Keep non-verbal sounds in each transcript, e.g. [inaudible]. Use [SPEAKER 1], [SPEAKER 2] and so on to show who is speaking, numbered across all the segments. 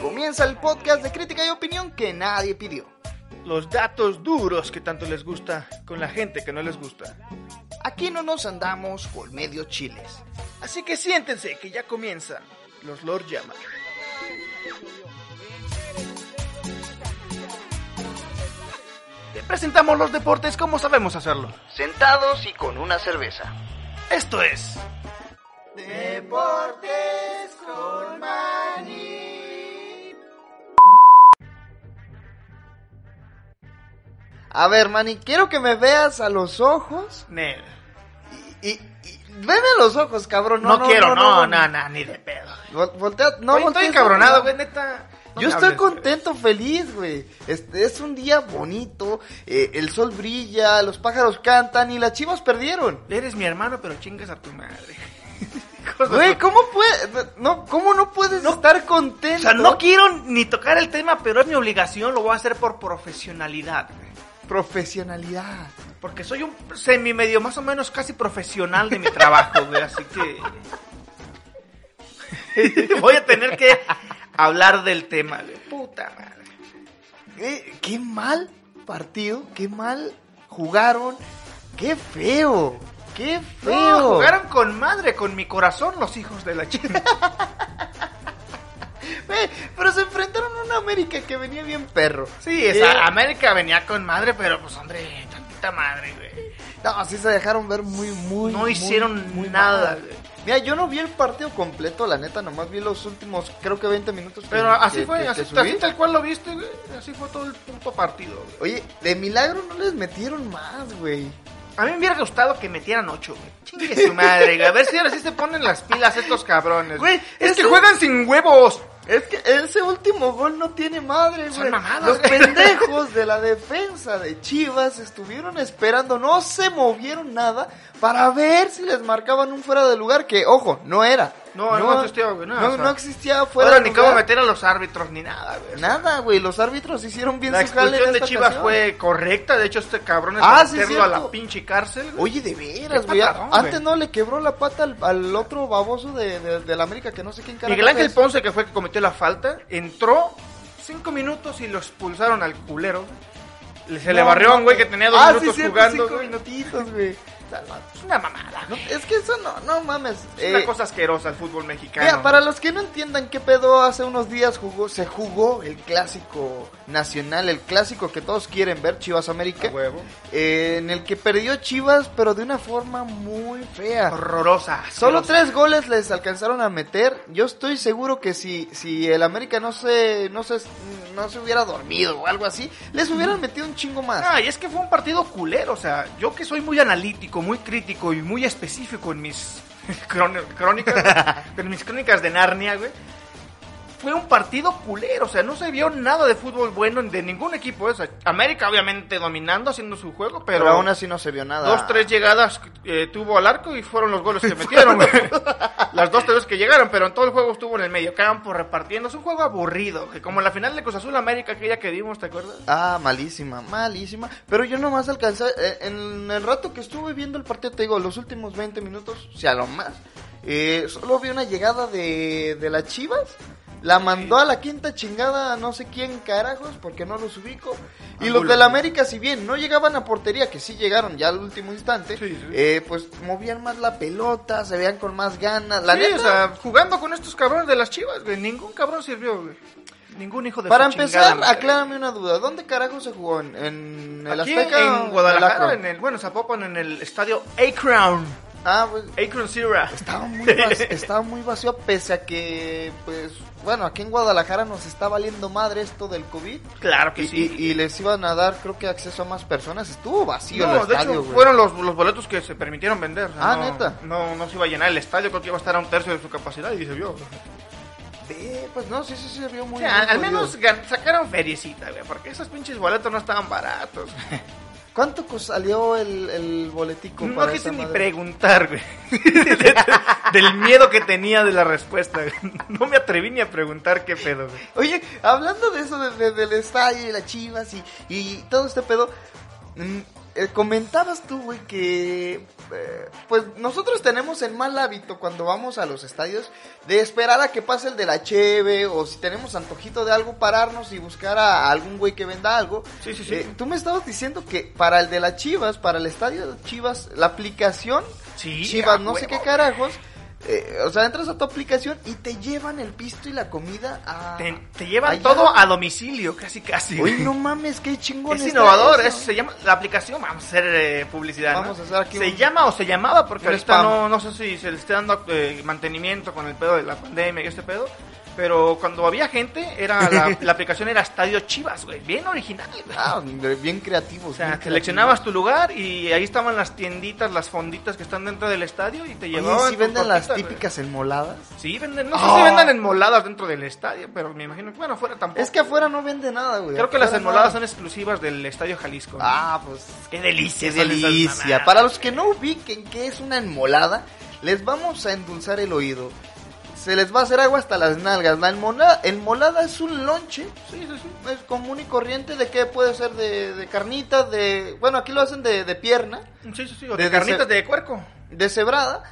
[SPEAKER 1] comienza el podcast de crítica y opinión que nadie pidió.
[SPEAKER 2] Los datos duros que tanto les gusta con la gente que no les gusta.
[SPEAKER 1] Aquí no nos andamos por medio chiles.
[SPEAKER 2] Así que siéntense que ya comienzan los Lord Llama. Te presentamos los deportes como sabemos hacerlo.
[SPEAKER 1] Sentados y con una cerveza.
[SPEAKER 2] Esto es.
[SPEAKER 1] Deportes con Mani. A ver, Mani, quiero que me veas a los ojos.
[SPEAKER 2] Nel.
[SPEAKER 1] Y, y- y- veme a los ojos, cabrón.
[SPEAKER 2] No, quiero, no, no, no, ni de pedo.
[SPEAKER 1] Vol- voltea- no,
[SPEAKER 2] Oye, estoy
[SPEAKER 1] voltees,
[SPEAKER 2] encabronado,
[SPEAKER 1] no.
[SPEAKER 2] güey, neta. No
[SPEAKER 1] Yo
[SPEAKER 2] me
[SPEAKER 1] estoy
[SPEAKER 2] hables,
[SPEAKER 1] contento, feliz, güey. Este es un día bonito, eh, el sol brilla, los pájaros cantan y las chivas perdieron.
[SPEAKER 2] güey. Eres mi hermano, pero chingas a tu madre. [laughs] Hijos de
[SPEAKER 1] Güey,
[SPEAKER 2] su-
[SPEAKER 1] ¿cómo puede, no, cómo no puedes estar contento?
[SPEAKER 2] o sea, no quiero ni tocar el tema, pero es mi obligación, lo voy a hacer por profesionalidad, güey.
[SPEAKER 1] profesionalidad.
[SPEAKER 2] Porque soy un semi medio más o menos casi profesional de mi trabajo, güey, así que [laughs] voy a tener que hablar del tema, güey. Puta madre.
[SPEAKER 1] Eh, qué mal partido, qué mal jugaron, qué feo, qué feo.
[SPEAKER 2] No, jugaron con madre, con mi corazón los hijos de la chica.
[SPEAKER 1] Güey, Eh, pero se enfrentaron a una América que venía bien perro.
[SPEAKER 2] [laughs] Sí,
[SPEAKER 1] Eh,
[SPEAKER 2] esa América venía con madre, pero pues hombre, tantita madre, güey.
[SPEAKER 1] No, sí se dejaron ver muy, muy.
[SPEAKER 2] No
[SPEAKER 1] muy,
[SPEAKER 2] hicieron nada,
[SPEAKER 1] mal.
[SPEAKER 2] güey.
[SPEAKER 1] Mira, yo no vi el partido completo, la neta, nomás vi los últimos, creo que 20 minutos. que-
[SPEAKER 2] Pero así
[SPEAKER 1] que-
[SPEAKER 2] fue,
[SPEAKER 1] que-
[SPEAKER 2] así,
[SPEAKER 1] que subí.
[SPEAKER 2] así tal cual lo viste, güey. Así fue todo el puto partido, güey.
[SPEAKER 1] Oye, de milagro no les metieron más, güey.
[SPEAKER 2] A mí me hubiera gustado que metieran ocho, güey. Chingue su madre, güey. A ver si ahora sí se ponen las pilas estos cabrones.
[SPEAKER 1] Güey,
[SPEAKER 2] es que
[SPEAKER 1] eso-
[SPEAKER 2] juegan sin huevos.
[SPEAKER 1] Es que ese último gol no tiene madre,
[SPEAKER 2] Son
[SPEAKER 1] güey.
[SPEAKER 2] mamadas,
[SPEAKER 1] Los
[SPEAKER 2] güey.
[SPEAKER 1] pendejos de la defensa de Chivas estuvieron esperando, no se movieron nada para ver si les marcaban un fuera de lugar que, ojo, no era.
[SPEAKER 2] No, no existía, güey, nada,
[SPEAKER 1] No,
[SPEAKER 2] o sea.
[SPEAKER 1] no existía fuera
[SPEAKER 2] Fuera
[SPEAKER 1] de
[SPEAKER 2] ni
[SPEAKER 1] lugar.
[SPEAKER 2] cómo meter a los árbitros ni nada, güey.
[SPEAKER 1] Nada, güey, los árbitros hicieron bien
[SPEAKER 2] La
[SPEAKER 1] su jale en
[SPEAKER 2] expulsión de
[SPEAKER 1] esta
[SPEAKER 2] Chivas
[SPEAKER 1] ocasión.
[SPEAKER 2] fue correcta. De hecho, este cabrón es
[SPEAKER 1] Ah,
[SPEAKER 2] para
[SPEAKER 1] sí,
[SPEAKER 2] meterlo
[SPEAKER 1] cierto.
[SPEAKER 2] a la pinche cárcel. güey.
[SPEAKER 1] Oye, de veras,
[SPEAKER 2] Qué
[SPEAKER 1] güey.
[SPEAKER 2] patadón,
[SPEAKER 1] Antes
[SPEAKER 2] güey.
[SPEAKER 1] no le quebró la pata al, al otro baboso de, de, de la América que no sé quién carajo
[SPEAKER 2] Miguel Ángel
[SPEAKER 1] es.
[SPEAKER 2] Ponce, que fue el que cometió la falta, entró cinco minutos y lo expulsaron al culero. Le- Se le
[SPEAKER 1] No,
[SPEAKER 2] barrió a un güey
[SPEAKER 1] no.
[SPEAKER 2] que tenía dos
[SPEAKER 1] Ah,
[SPEAKER 2] minutos
[SPEAKER 1] sí, cierto,
[SPEAKER 2] jugando.
[SPEAKER 1] Cinco
[SPEAKER 2] güey.
[SPEAKER 1] minutitos, güey.
[SPEAKER 2] O sea, no, es una mamada.
[SPEAKER 1] No, es que eso no, no mames.
[SPEAKER 2] Es una
[SPEAKER 1] Eh,
[SPEAKER 2] cosa asquerosa el fútbol mexicano.
[SPEAKER 1] Mira, para los que no entiendan qué pedo, hace unos días jugó, se jugó el clásico nacional, el clásico que todos quieren ver, Chivas América,
[SPEAKER 2] A Ah, huevo.
[SPEAKER 1] eh, en el que perdió Chivas, pero de una forma muy fea.
[SPEAKER 2] Horrorosa.
[SPEAKER 1] Solo
[SPEAKER 2] asquerosa.
[SPEAKER 1] tres goles les alcanzaron a meter. Yo estoy seguro que si, si el América no se, no se, no se hubiera dormido o algo así, les hubieran metido un chingo más.
[SPEAKER 2] Ah, y es que fue un partido culero, o sea, yo que soy muy analítico, muy crítico y muy específico en mis [laughs] crón-
[SPEAKER 1] [laughs]
[SPEAKER 2] crónicas, en mis crónicas de Narnia, güey. Fue un partido culero, o sea, no se vio nada de fútbol bueno de ningún equipo. eh, o sea, América obviamente dominando, haciendo su juego, pero,
[SPEAKER 1] Pero, aún así no se vio nada.
[SPEAKER 2] dos, tres llegadas eh, tuvo al arco y fueron los
[SPEAKER 1] [laughs]
[SPEAKER 2] goles que metieron, güey. Las dos, tres que llegaron, pero en todo el juego estuvo en el medio campo repartiendo. Es un juego aburrido, que como la final de Cruz Azul América, aquella que vimos, ¿te acuerdas?
[SPEAKER 1] Ah, malísima, malísima. Pero yo nomás alcancé, eh, en el rato que estuve viendo el partido, te digo, los últimos 20 minutos, o sea, lo más, eh, solo vi una llegada de, de las Chivas. La mandó a la quinta chingada a no sé quién carajos, porque no los ubico. Y los
[SPEAKER 2] Ángulo.
[SPEAKER 1] de la América, si bien no llegaban a portería, que sí llegaron ya al último instante,
[SPEAKER 2] Sí, sí.
[SPEAKER 1] eh, pues movían más la pelota, se veían con más ganas. La
[SPEAKER 2] Sí,
[SPEAKER 1] neta,
[SPEAKER 2] o sea, jugando con estos cabrones de las chivas, güey. Ningún cabrón sirvió, güey. Ningún hijo de
[SPEAKER 1] para
[SPEAKER 2] su chingada
[SPEAKER 1] empezar,
[SPEAKER 2] madre.
[SPEAKER 1] aclárame una duda. ¿Dónde carajos se jugó? ¿En, en el
[SPEAKER 2] Aquí
[SPEAKER 1] Azteca? o
[SPEAKER 2] en
[SPEAKER 1] el
[SPEAKER 2] Guadalajara,
[SPEAKER 1] Akron?
[SPEAKER 2] en el, bueno, Zapopan, en el estadio A-Crown.
[SPEAKER 1] Ah, pues
[SPEAKER 2] A-Crown Sierra.
[SPEAKER 1] estaba muy,
[SPEAKER 2] [laughs]
[SPEAKER 1] vac- estaba muy vacío, pese a que, pues, bueno, aquí en Guadalajara nos está valiendo madre esto del COVID.
[SPEAKER 2] Claro que
[SPEAKER 1] Y,
[SPEAKER 2] sí.
[SPEAKER 1] y- y les iban a dar, creo que, acceso a más personas. Estuvo vacío
[SPEAKER 2] no,
[SPEAKER 1] el
[SPEAKER 2] de
[SPEAKER 1] estadio,
[SPEAKER 2] hecho,
[SPEAKER 1] güey.
[SPEAKER 2] fueron los, los boletos que se permitieron vender. o sea,
[SPEAKER 1] Ah,
[SPEAKER 2] no,
[SPEAKER 1] ¿neta?
[SPEAKER 2] No, no se iba a llenar el estadio, creo que iba a estar a un tercio de su capacidad y se vio. güey.
[SPEAKER 1] Ve, pues no, sí, sí, sí, se vio muy
[SPEAKER 2] O sea,
[SPEAKER 1] muy
[SPEAKER 2] al
[SPEAKER 1] jodido.
[SPEAKER 2] menos gan- sacaron feriecita, güey, porque esos pinches boletos no estaban [laughs] baratos.
[SPEAKER 1] ¿Cuánto cos- salió el, el boletico?
[SPEAKER 2] No
[SPEAKER 1] para
[SPEAKER 2] quise
[SPEAKER 1] esa
[SPEAKER 2] ni
[SPEAKER 1] madre?
[SPEAKER 2] preguntar, [laughs] güey. De- Del miedo que tenía de la respuesta, güey. No me atreví ni a preguntar qué pedo, güey.
[SPEAKER 1] Oye, hablando de eso, de- de- del estadio y las chivas y, y todo este pedo, mm, eh, comentabas tú, güey, que eh, pues nosotros tenemos el mal hábito cuando vamos a los estadios de esperar a que pase el de la cheve o si tenemos antojito de algo pararnos y buscar a algún güey que venda algo.
[SPEAKER 2] Sí, sí, sí.
[SPEAKER 1] Eh, tú me estabas diciendo que para el de las Chivas, para el estadio de Chivas, la aplicación
[SPEAKER 2] Sí,
[SPEAKER 1] Chivas,
[SPEAKER 2] a
[SPEAKER 1] no sé qué
[SPEAKER 2] huevo.
[SPEAKER 1] carajos. eh, o sea, entras a tu aplicación y te llevan el pisto y la comida a...
[SPEAKER 2] Te, te llevan
[SPEAKER 1] allá.
[SPEAKER 2] todo a domicilio, casi, casi.
[SPEAKER 1] Uy, no mames, qué chingón.
[SPEAKER 2] es
[SPEAKER 1] está
[SPEAKER 2] innovador,
[SPEAKER 1] eso.
[SPEAKER 2] eso se llama, la aplicación, vamos a hacer eh, publicidad, ¿no?
[SPEAKER 1] Vamos a hacer aquí
[SPEAKER 2] Se
[SPEAKER 1] un-
[SPEAKER 2] llama o se llamaba, porque
[SPEAKER 1] un
[SPEAKER 2] ahorita
[SPEAKER 1] spam.
[SPEAKER 2] no, no sé si se le está dando eh, mantenimiento con el pedo de la pandemia y este pedo, pero cuando había gente, era la,
[SPEAKER 1] [laughs]
[SPEAKER 2] la aplicación era Estadio Chivas, güey, bien original, güey.
[SPEAKER 1] Ah, bien creativos.
[SPEAKER 2] O sea,
[SPEAKER 1] bien
[SPEAKER 2] seleccionabas
[SPEAKER 1] creativos.
[SPEAKER 2] tu lugar y ahí estaban las tienditas, las fonditas que están dentro del estadio y te llevaban.
[SPEAKER 1] Oye, ¿sí
[SPEAKER 2] tus
[SPEAKER 1] venden
[SPEAKER 2] tortitas,
[SPEAKER 1] las
[SPEAKER 2] güey.
[SPEAKER 1] típicas enmoladas?
[SPEAKER 2] Sí, venden. No sé
[SPEAKER 1] Oh.
[SPEAKER 2] si vendan enmoladas dentro del estadio, pero me imagino que, bueno, fuera tampoco.
[SPEAKER 1] Es que afuera no vende nada, güey.
[SPEAKER 2] Creo que las
[SPEAKER 1] Afuera
[SPEAKER 2] enmoladas
[SPEAKER 1] nada.
[SPEAKER 2] son exclusivas del estadio Jalisco. ¿no?
[SPEAKER 1] Ah, pues...
[SPEAKER 2] qué delicia,
[SPEAKER 1] Qué
[SPEAKER 2] son esas
[SPEAKER 1] delicia.
[SPEAKER 2] mamadas.
[SPEAKER 1] Para los que no ubiquen qué es una enmolada, les vamos a endulzar el oído. Se les va a hacer agua hasta las nalgas. La enmolada, enmolada es un lonche. Sí, es, un- es común y corriente de que puede ser de, de carnita, de... Bueno, aquí lo hacen de, de pierna.
[SPEAKER 2] Sí, sí, sí. O
[SPEAKER 1] Desde
[SPEAKER 2] de carnitas
[SPEAKER 1] se-
[SPEAKER 2] de puerco.
[SPEAKER 1] deshebrada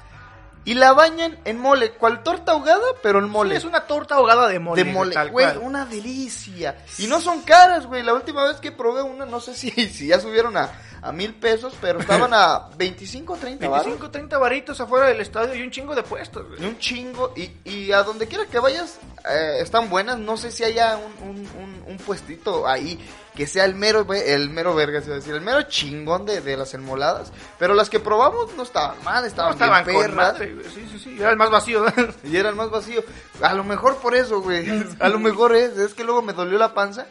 [SPEAKER 1] y la bañan en mole, cual torta ahogada, pero en mole.
[SPEAKER 2] Sí, es una torta ahogada de mole.
[SPEAKER 1] de mole,
[SPEAKER 2] tal
[SPEAKER 1] güey,
[SPEAKER 2] cual.
[SPEAKER 1] una delicia. Y no son caras, güey. La última vez que probé una, no sé [laughs] si, si ya subieron a, a mil pesos, pero estaban
[SPEAKER 2] [laughs]
[SPEAKER 1] a 25, 30 baros.
[SPEAKER 2] 25, 30 varitos afuera del estadio y un chingo de puestos. güey.
[SPEAKER 1] Y un chingo. Y, y a donde quiera que vayas, eh, están buenas. No sé si haya un, un, un- un puestito ahí que sea el mero, ve- el mero verga, se va a decir, el mero chingón de, de las enmoladas. Pero las que probamos no estaban mal,
[SPEAKER 2] No,
[SPEAKER 1] estaban,
[SPEAKER 2] estaban
[SPEAKER 1] bien
[SPEAKER 2] con
[SPEAKER 1] perras.
[SPEAKER 2] madre, güey. Sí, sí, sí. Era el más vacío. [laughs]
[SPEAKER 1] Y era el más vacío. A lo mejor por eso, güey. [laughs] A lo mejor es. Es que luego me dolió la panza.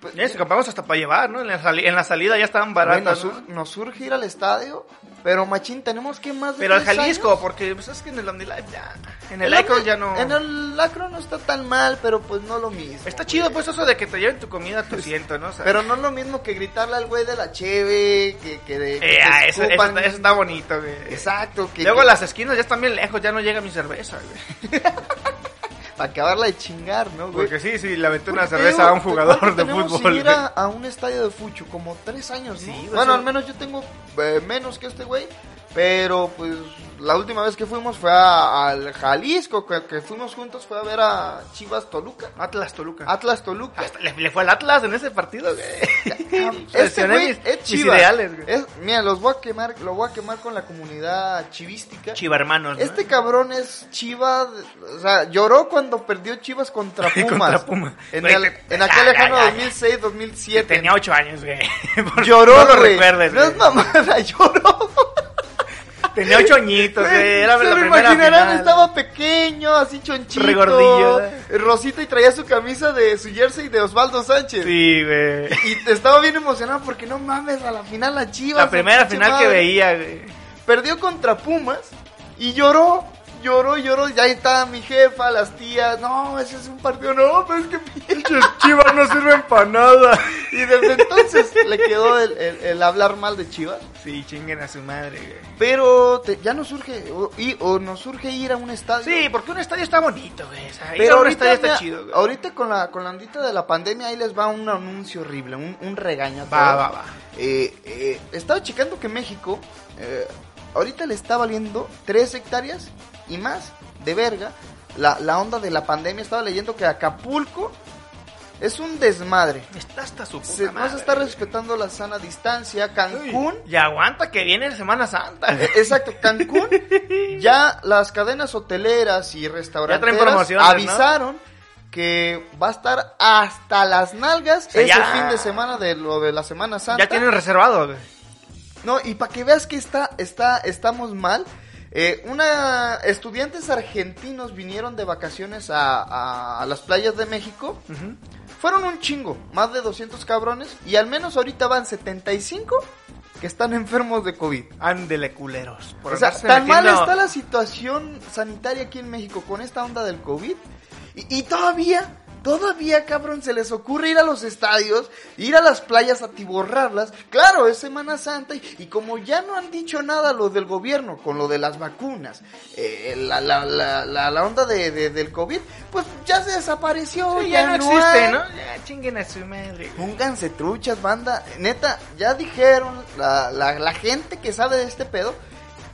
[SPEAKER 1] Pues,
[SPEAKER 2] Ya se compramos hasta para llevar, ¿no? En la, sali- en la salida ya estaban
[SPEAKER 1] güey, nos,
[SPEAKER 2] baratas. ¿no?
[SPEAKER 1] sur- nos surge ir al estadio. Pero, machín, tenemos que más de
[SPEAKER 2] Pero al
[SPEAKER 1] tres
[SPEAKER 2] Jalisco,
[SPEAKER 1] años.
[SPEAKER 2] porque pues, es que en el OmniLife ya. En el, Icon
[SPEAKER 1] Omni-
[SPEAKER 2] ya no.
[SPEAKER 1] En el Lacro no está tan mal, pero pues no lo mismo.
[SPEAKER 2] Está chido, pues, eso de que te lleven tu comida a tu asiento, ¿no? O sea,
[SPEAKER 1] Pero no es lo mismo que gritarle al güey de la cheve, que, que de... que
[SPEAKER 2] eh,
[SPEAKER 1] te
[SPEAKER 2] ah, eso, eso
[SPEAKER 1] escupan.
[SPEAKER 2] está, eso está bonito, güey.
[SPEAKER 1] Exacto, que...
[SPEAKER 2] Luego
[SPEAKER 1] que-
[SPEAKER 2] las esquinas ya están bien lejos, ya no llega mi cerveza, güey.
[SPEAKER 1] Para acabarla de chingar, ¿no, güey?
[SPEAKER 2] Porque sí, sí, le aventé una
[SPEAKER 1] Porque te
[SPEAKER 2] cerveza
[SPEAKER 1] digo,
[SPEAKER 2] a un jugador
[SPEAKER 1] ¿cuánto
[SPEAKER 2] de
[SPEAKER 1] tenemos
[SPEAKER 2] fútbol.
[SPEAKER 1] sin ir
[SPEAKER 2] güey.
[SPEAKER 1] a, a un estadio de fucho, como tres años, ¿no?
[SPEAKER 2] Sí, güey,
[SPEAKER 1] bueno,
[SPEAKER 2] sí.
[SPEAKER 1] al menos yo tengo eh, menos que este güey, pero pues la última vez que fuimos fue a- al Jalisco, que, que fuimos juntos fue a ver a Chivas Toluca,
[SPEAKER 2] Atlas Toluca.
[SPEAKER 1] Atlas Toluca.
[SPEAKER 2] Hasta le, le fue al Atlas en ese partido, güey.
[SPEAKER 1] Este
[SPEAKER 2] Seleccioné
[SPEAKER 1] güey
[SPEAKER 2] mis-
[SPEAKER 1] es
[SPEAKER 2] mis
[SPEAKER 1] Chivas.
[SPEAKER 2] ideales, güey.
[SPEAKER 1] Es- mira, los voy a quemar, lo voy a quemar con la comunidad chivística.
[SPEAKER 2] Chiva hermanos, ¿no?
[SPEAKER 1] Este cabrón es Chivas, o sea, lloró cuando perdió Chivas contra
[SPEAKER 2] [laughs]
[SPEAKER 1] Pumas.
[SPEAKER 2] Contra Puma.
[SPEAKER 1] En,
[SPEAKER 2] Güey,
[SPEAKER 1] el-
[SPEAKER 2] te- [laughs]
[SPEAKER 1] en aquel
[SPEAKER 2] ya,
[SPEAKER 1] lejano
[SPEAKER 2] ya, ya.
[SPEAKER 1] 2006, 2007.
[SPEAKER 2] Tenía ocho años, güey. [laughs] Por-
[SPEAKER 1] Lloró,
[SPEAKER 2] No lo
[SPEAKER 1] güey.
[SPEAKER 2] recuerdes,
[SPEAKER 1] No es
[SPEAKER 2] güey.
[SPEAKER 1] mamada, [laughs] lloró.
[SPEAKER 2] Tenía ocho añitos, güey. Era
[SPEAKER 1] Se
[SPEAKER 2] la
[SPEAKER 1] lo
[SPEAKER 2] primera
[SPEAKER 1] imaginarán,
[SPEAKER 2] final.
[SPEAKER 1] estaba pequeño, así chonchito. eh,
[SPEAKER 2] Regordillo.
[SPEAKER 1] Rosita y traía su camisa de su jersey de Osvaldo Sánchez.
[SPEAKER 2] Sí, güey.
[SPEAKER 1] Y estaba bien emocionado porque no mames, a la final la Chivas.
[SPEAKER 2] La primera
[SPEAKER 1] pinche
[SPEAKER 2] final que
[SPEAKER 1] madre.
[SPEAKER 2] veía, güey.
[SPEAKER 1] Perdió contra Pumas y lloró. Lloró, lloró, y ahí está mi jefa, las tías, no, ese es un partido, no, pero es que pinche
[SPEAKER 2] Chivas no sirven para nada.
[SPEAKER 1] [laughs] Y desde entonces le quedó el- el- el hablar mal de Chivas.
[SPEAKER 2] Sí, chinguen a su madre, güey.
[SPEAKER 1] Pero te- ya nos surge, o, y- o nos surge ir a un estadio.
[SPEAKER 2] Sí, porque un estadio está bonito, güey. O sea, ir
[SPEAKER 1] pero
[SPEAKER 2] a un estadio
[SPEAKER 1] ahorita,
[SPEAKER 2] está
[SPEAKER 1] mira,
[SPEAKER 2] chido, güey.
[SPEAKER 1] ahorita con la, con la ondita de la pandemia, ahí les va un anuncio horrible, un, un regaño. a
[SPEAKER 2] Va,
[SPEAKER 1] todos.
[SPEAKER 2] va, va.
[SPEAKER 1] Eh, eh, estaba checando que México, eh, ahorita le está valiendo 3 hectáreas y más de verga la, la onda de la pandemia. Estaba leyendo que Acapulco es un desmadre.
[SPEAKER 2] Está hasta su puta
[SPEAKER 1] Se- no se
[SPEAKER 2] madre,
[SPEAKER 1] está
[SPEAKER 2] güey.
[SPEAKER 1] respetando la sana distancia.
[SPEAKER 2] Uy,
[SPEAKER 1] Cancún.
[SPEAKER 2] Y aguanta que viene Semana Santa.
[SPEAKER 1] Eh, Exacto, Cancún, ya las cadenas hoteleras y restauranteras
[SPEAKER 2] promociones,
[SPEAKER 1] avisaron que va a estar hasta las nalgas
[SPEAKER 2] sea,
[SPEAKER 1] ese
[SPEAKER 2] ya-
[SPEAKER 1] fin de semana de lo de la Semana Santa.
[SPEAKER 2] Ya tienen reservado, güey.
[SPEAKER 1] No, y para que veas que está, está, estamos mal, eh, una estudiantes argentinos vinieron de vacaciones a, a- a las playas de México.
[SPEAKER 2] Ujú.
[SPEAKER 1] Fueron un chingo, más de 200 cabrones, y al menos ahorita van 75 que están enfermos de COVID.
[SPEAKER 2] Ándele, culeros. Por
[SPEAKER 1] O sea,
[SPEAKER 2] andarse
[SPEAKER 1] tan mal
[SPEAKER 2] metiendo-
[SPEAKER 1] está la situación sanitaria aquí en México con esta onda del COVID. Y, y todavía Todavía, cabrón, se les ocurre ir a los estadios, ir a las playas a tiborrarlas. Claro, es Semana Santa y, y como ya no han dicho nada lo del gobierno con lo de las vacunas, eh, la, la, la, la, la onda de, de- del COVID, pues ya se desapareció.
[SPEAKER 2] Sí, ya, no existe,
[SPEAKER 1] hay.
[SPEAKER 2] ¿no? Ya chinguen a su madre.
[SPEAKER 1] Pónganse truchas, banda. Neta, ya dijeron la, la- la gente que sabe de este pedo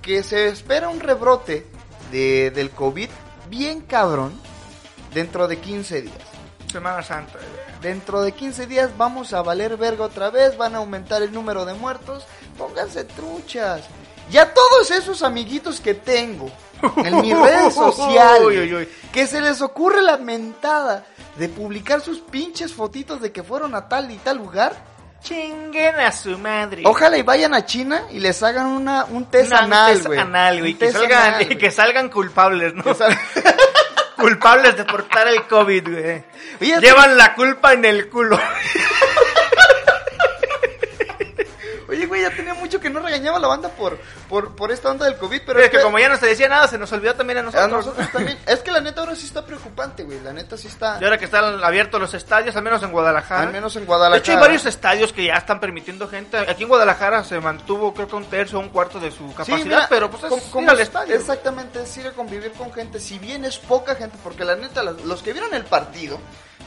[SPEAKER 1] que se espera un rebrote de, del COVID bien cabrón dentro de 15 días.
[SPEAKER 2] Semana Santa.
[SPEAKER 1] Dentro de 15 días vamos a valer verga otra vez, van a aumentar el número de muertos. Pónganse truchas. Y a todos esos amiguitos que tengo
[SPEAKER 2] [laughs]
[SPEAKER 1] en mis redes sociales,
[SPEAKER 2] Uy, uy, uy.
[SPEAKER 1] que se les ocurre la mentada de publicar sus pinches fotitos de que fueron a tal y tal lugar,
[SPEAKER 2] Chinguen a su madre.
[SPEAKER 1] ojalá y vayan a China y les hagan una, un test
[SPEAKER 2] Una- un
[SPEAKER 1] anal,
[SPEAKER 2] test
[SPEAKER 1] güey.
[SPEAKER 2] anal, güey,
[SPEAKER 1] Un
[SPEAKER 2] Que
[SPEAKER 1] test
[SPEAKER 2] salgan,
[SPEAKER 1] anal,
[SPEAKER 2] y
[SPEAKER 1] güey.
[SPEAKER 2] [laughs] que salgan culpables, ¿no?
[SPEAKER 1] Que sal-
[SPEAKER 2] [laughs] culpables de portar el COVID, güey.
[SPEAKER 1] Oye,
[SPEAKER 2] Llevan la culpa en el culo.
[SPEAKER 1] Oye, güey, ya tenía mucho que no regañaba a la banda por, por, por esta onda del COVID, pero...
[SPEAKER 2] Pero es que [laughs]
[SPEAKER 1] este-
[SPEAKER 2] como ya no se decía nada, se nos olvidó también a
[SPEAKER 1] A
[SPEAKER 2] nosotros.
[SPEAKER 1] nosotros también. Es que la neta ahora sí está preocupante, güey. La neta sí está.
[SPEAKER 2] Y ahora que están abiertos los estadios, al menos en Guadalajara.
[SPEAKER 1] Al menos en
[SPEAKER 2] de
[SPEAKER 1] Guadalajara.
[SPEAKER 2] hecho, hay varios estadios que ya están permitiendo gente. Aquí en Guadalajara se mantuvo, creo que un tercio o un cuarto de su
[SPEAKER 1] Sí,
[SPEAKER 2] capacidad,
[SPEAKER 1] mira,
[SPEAKER 2] pero pues es
[SPEAKER 1] como- como
[SPEAKER 2] ir al
[SPEAKER 1] es-
[SPEAKER 2] estadio.
[SPEAKER 1] Exactamente, es ir a convivir con gente. Si bien es poca gente, porque la neta, los, los que vieron el partido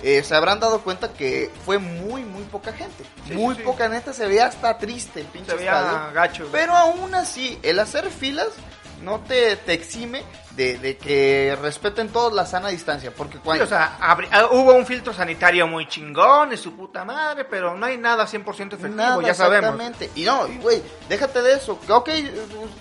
[SPEAKER 1] eh, se habrán dado cuenta que fue muy, muy poca gente.
[SPEAKER 2] Sí,
[SPEAKER 1] muy
[SPEAKER 2] sí, sí.
[SPEAKER 1] poca neta, se veía hasta triste el pinche
[SPEAKER 2] Se
[SPEAKER 1] estadio.
[SPEAKER 2] veía gacho. güey.
[SPEAKER 1] Pero aún así, el hacer filas no te, te exime de, de que respeten todos la sana distancia. Porque
[SPEAKER 2] Sí,
[SPEAKER 1] cuando.
[SPEAKER 2] o sea, abri- ah, hubo un filtro sanitario muy chingón y su puta madre, pero no hay nada 100% efectivo,
[SPEAKER 1] Nada,
[SPEAKER 2] ya sabemos.
[SPEAKER 1] Exactamente. Y no, y güey, déjate de eso. Ok,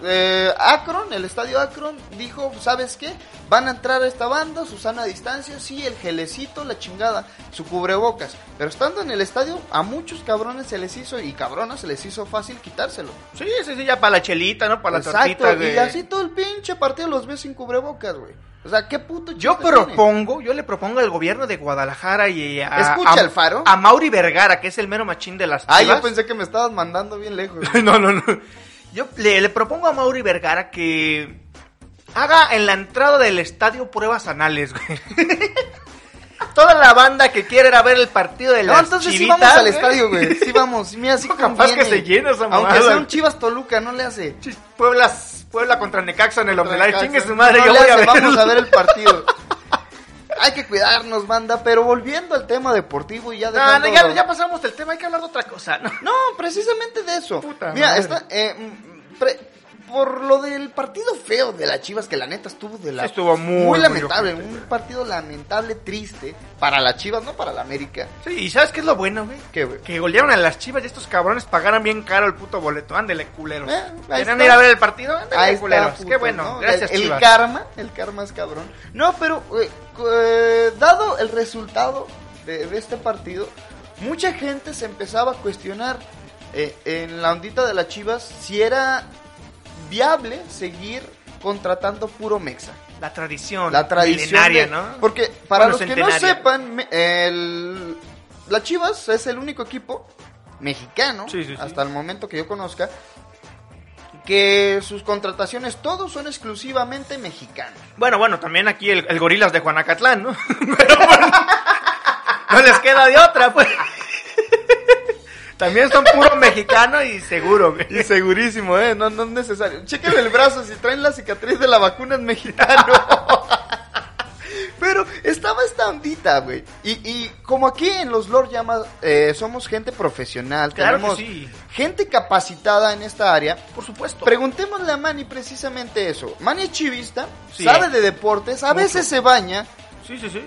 [SPEAKER 1] eh, Akron, el estadio Akron, dijo, ¿sabes qué? Van a entrar a esta banda, Susana a distancia, sí, el gelecito, la chingada, su cubrebocas. Pero estando en el estadio, a muchos cabrones se les hizo, y cabronas se les hizo fácil quitárselo.
[SPEAKER 2] Sí, sí, sí, ya para la chelita, ¿no? Para la tortita, güey.
[SPEAKER 1] y así todo el pinche partido los ves sin cubrebocas, güey. O sea, qué puto
[SPEAKER 2] Yo
[SPEAKER 1] chiste
[SPEAKER 2] propongo, yo le propongo al gobierno de Guadalajara y a,
[SPEAKER 1] Escucha,
[SPEAKER 2] a-
[SPEAKER 1] Alfaro.
[SPEAKER 2] a Mauri Vergara, que es el mero machín de las
[SPEAKER 1] tiene. Ah, yo
[SPEAKER 2] chivas.
[SPEAKER 1] pensé que me estabas mandando bien lejos.
[SPEAKER 2] [laughs] no, no, no. Yo le, le propongo a Mauri Vergara que haga en la entrada del estadio pruebas anales, güey. [laughs] Toda la banda que quiera ir a ver el partido de
[SPEAKER 1] No,
[SPEAKER 2] las
[SPEAKER 1] entonces
[SPEAKER 2] chivitas,
[SPEAKER 1] sí vamos al
[SPEAKER 2] güey.
[SPEAKER 1] estadio, güey. Sí vamos. Mira, sí
[SPEAKER 2] No, [laughs] capaz
[SPEAKER 1] conviene.
[SPEAKER 2] que se llena esa
[SPEAKER 1] Aunque
[SPEAKER 2] mamada.
[SPEAKER 1] sea un Chivas Toluca, no le hace.
[SPEAKER 2] Chis- Pueblas, Puebla contra Necaxa en el Omnilife.
[SPEAKER 1] Trancazo.
[SPEAKER 2] Chingue su madre,
[SPEAKER 1] No
[SPEAKER 2] yo voy
[SPEAKER 1] le
[SPEAKER 2] a
[SPEAKER 1] hace,
[SPEAKER 2] ver.
[SPEAKER 1] Vamos a ver el partido. Hay que cuidarnos, banda. Pero volviendo al tema deportivo y
[SPEAKER 2] [laughs]
[SPEAKER 1] ya
[SPEAKER 2] No,
[SPEAKER 1] dejando...
[SPEAKER 2] no, ya, ya pasamos del tema, hay que hablar de otra cosa, ¿no?
[SPEAKER 1] No, precisamente de eso.
[SPEAKER 2] Puta
[SPEAKER 1] Mira,
[SPEAKER 2] madre.
[SPEAKER 1] está, eh, mm, pre- por lo del partido feo de las Chivas, que la neta estuvo de la...
[SPEAKER 2] Sí, estuvo muy, muy
[SPEAKER 1] lamentable.
[SPEAKER 2] ojete,
[SPEAKER 1] un
[SPEAKER 2] güey.
[SPEAKER 1] partido lamentable, triste, para las Chivas, no para la América.
[SPEAKER 2] Sí, y ¿sabes qué es lo bueno, güey?
[SPEAKER 1] ¿Qué, güey?
[SPEAKER 2] Que golearon a las chivas y estos cabrones pagaron bien caro el puto boleto. Ándele, culeros.
[SPEAKER 1] Eh, ahí
[SPEAKER 2] ¿Querían
[SPEAKER 1] está.
[SPEAKER 2] ir a ver el partido? Ándele,
[SPEAKER 1] Ahí está,
[SPEAKER 2] culeros. qué
[SPEAKER 1] putos,
[SPEAKER 2] bueno.
[SPEAKER 1] ¿no?
[SPEAKER 2] Gracias,
[SPEAKER 1] el, el
[SPEAKER 2] chivas.
[SPEAKER 1] karma, el karma es cabrón. No, pero eh, cu- eh, dado el resultado de, de este partido, mucha gente se empezaba a cuestionar eh, en la ondita de las Chivas si era viable seguir contratando puro Mexa.
[SPEAKER 2] La tradición.
[SPEAKER 1] La tradición.
[SPEAKER 2] milenaria,
[SPEAKER 1] de-
[SPEAKER 2] ¿no?
[SPEAKER 1] Porque para
[SPEAKER 2] Bueno,
[SPEAKER 1] los que no
[SPEAKER 2] centenaria.
[SPEAKER 1] sepan, me- el, la Chivas es el único equipo mexicano,
[SPEAKER 2] Sí, sí, sí.
[SPEAKER 1] hasta el momento que yo conozca, que sus contrataciones todos son exclusivamente mexicanos.
[SPEAKER 2] [laughs] Bueno, bueno, también aquí el, el gorilas de Juanacatlán, ¿no? [laughs] Pero bueno, no les queda de otra, pues. [laughs] También son puro mexicano y seguro, güey.
[SPEAKER 1] Y segurísimo, ¿eh? No, no es necesario. Chequen el brazo, si traen la cicatriz de la vacuna es mexicano. [laughs] Pero estaba esta ondita, güey. Y, y como aquí en los Lord Llamas eh, somos gente profesional,
[SPEAKER 2] Claro que
[SPEAKER 1] tenemos
[SPEAKER 2] sí.
[SPEAKER 1] gente capacitada en esta área,
[SPEAKER 2] Por supuesto.
[SPEAKER 1] Preguntémosle a Manny precisamente eso. Manny es chivista,
[SPEAKER 2] Sí.
[SPEAKER 1] sabe de deportes, a
[SPEAKER 2] Mucho.
[SPEAKER 1] veces se baña.
[SPEAKER 2] Sí, sí, sí.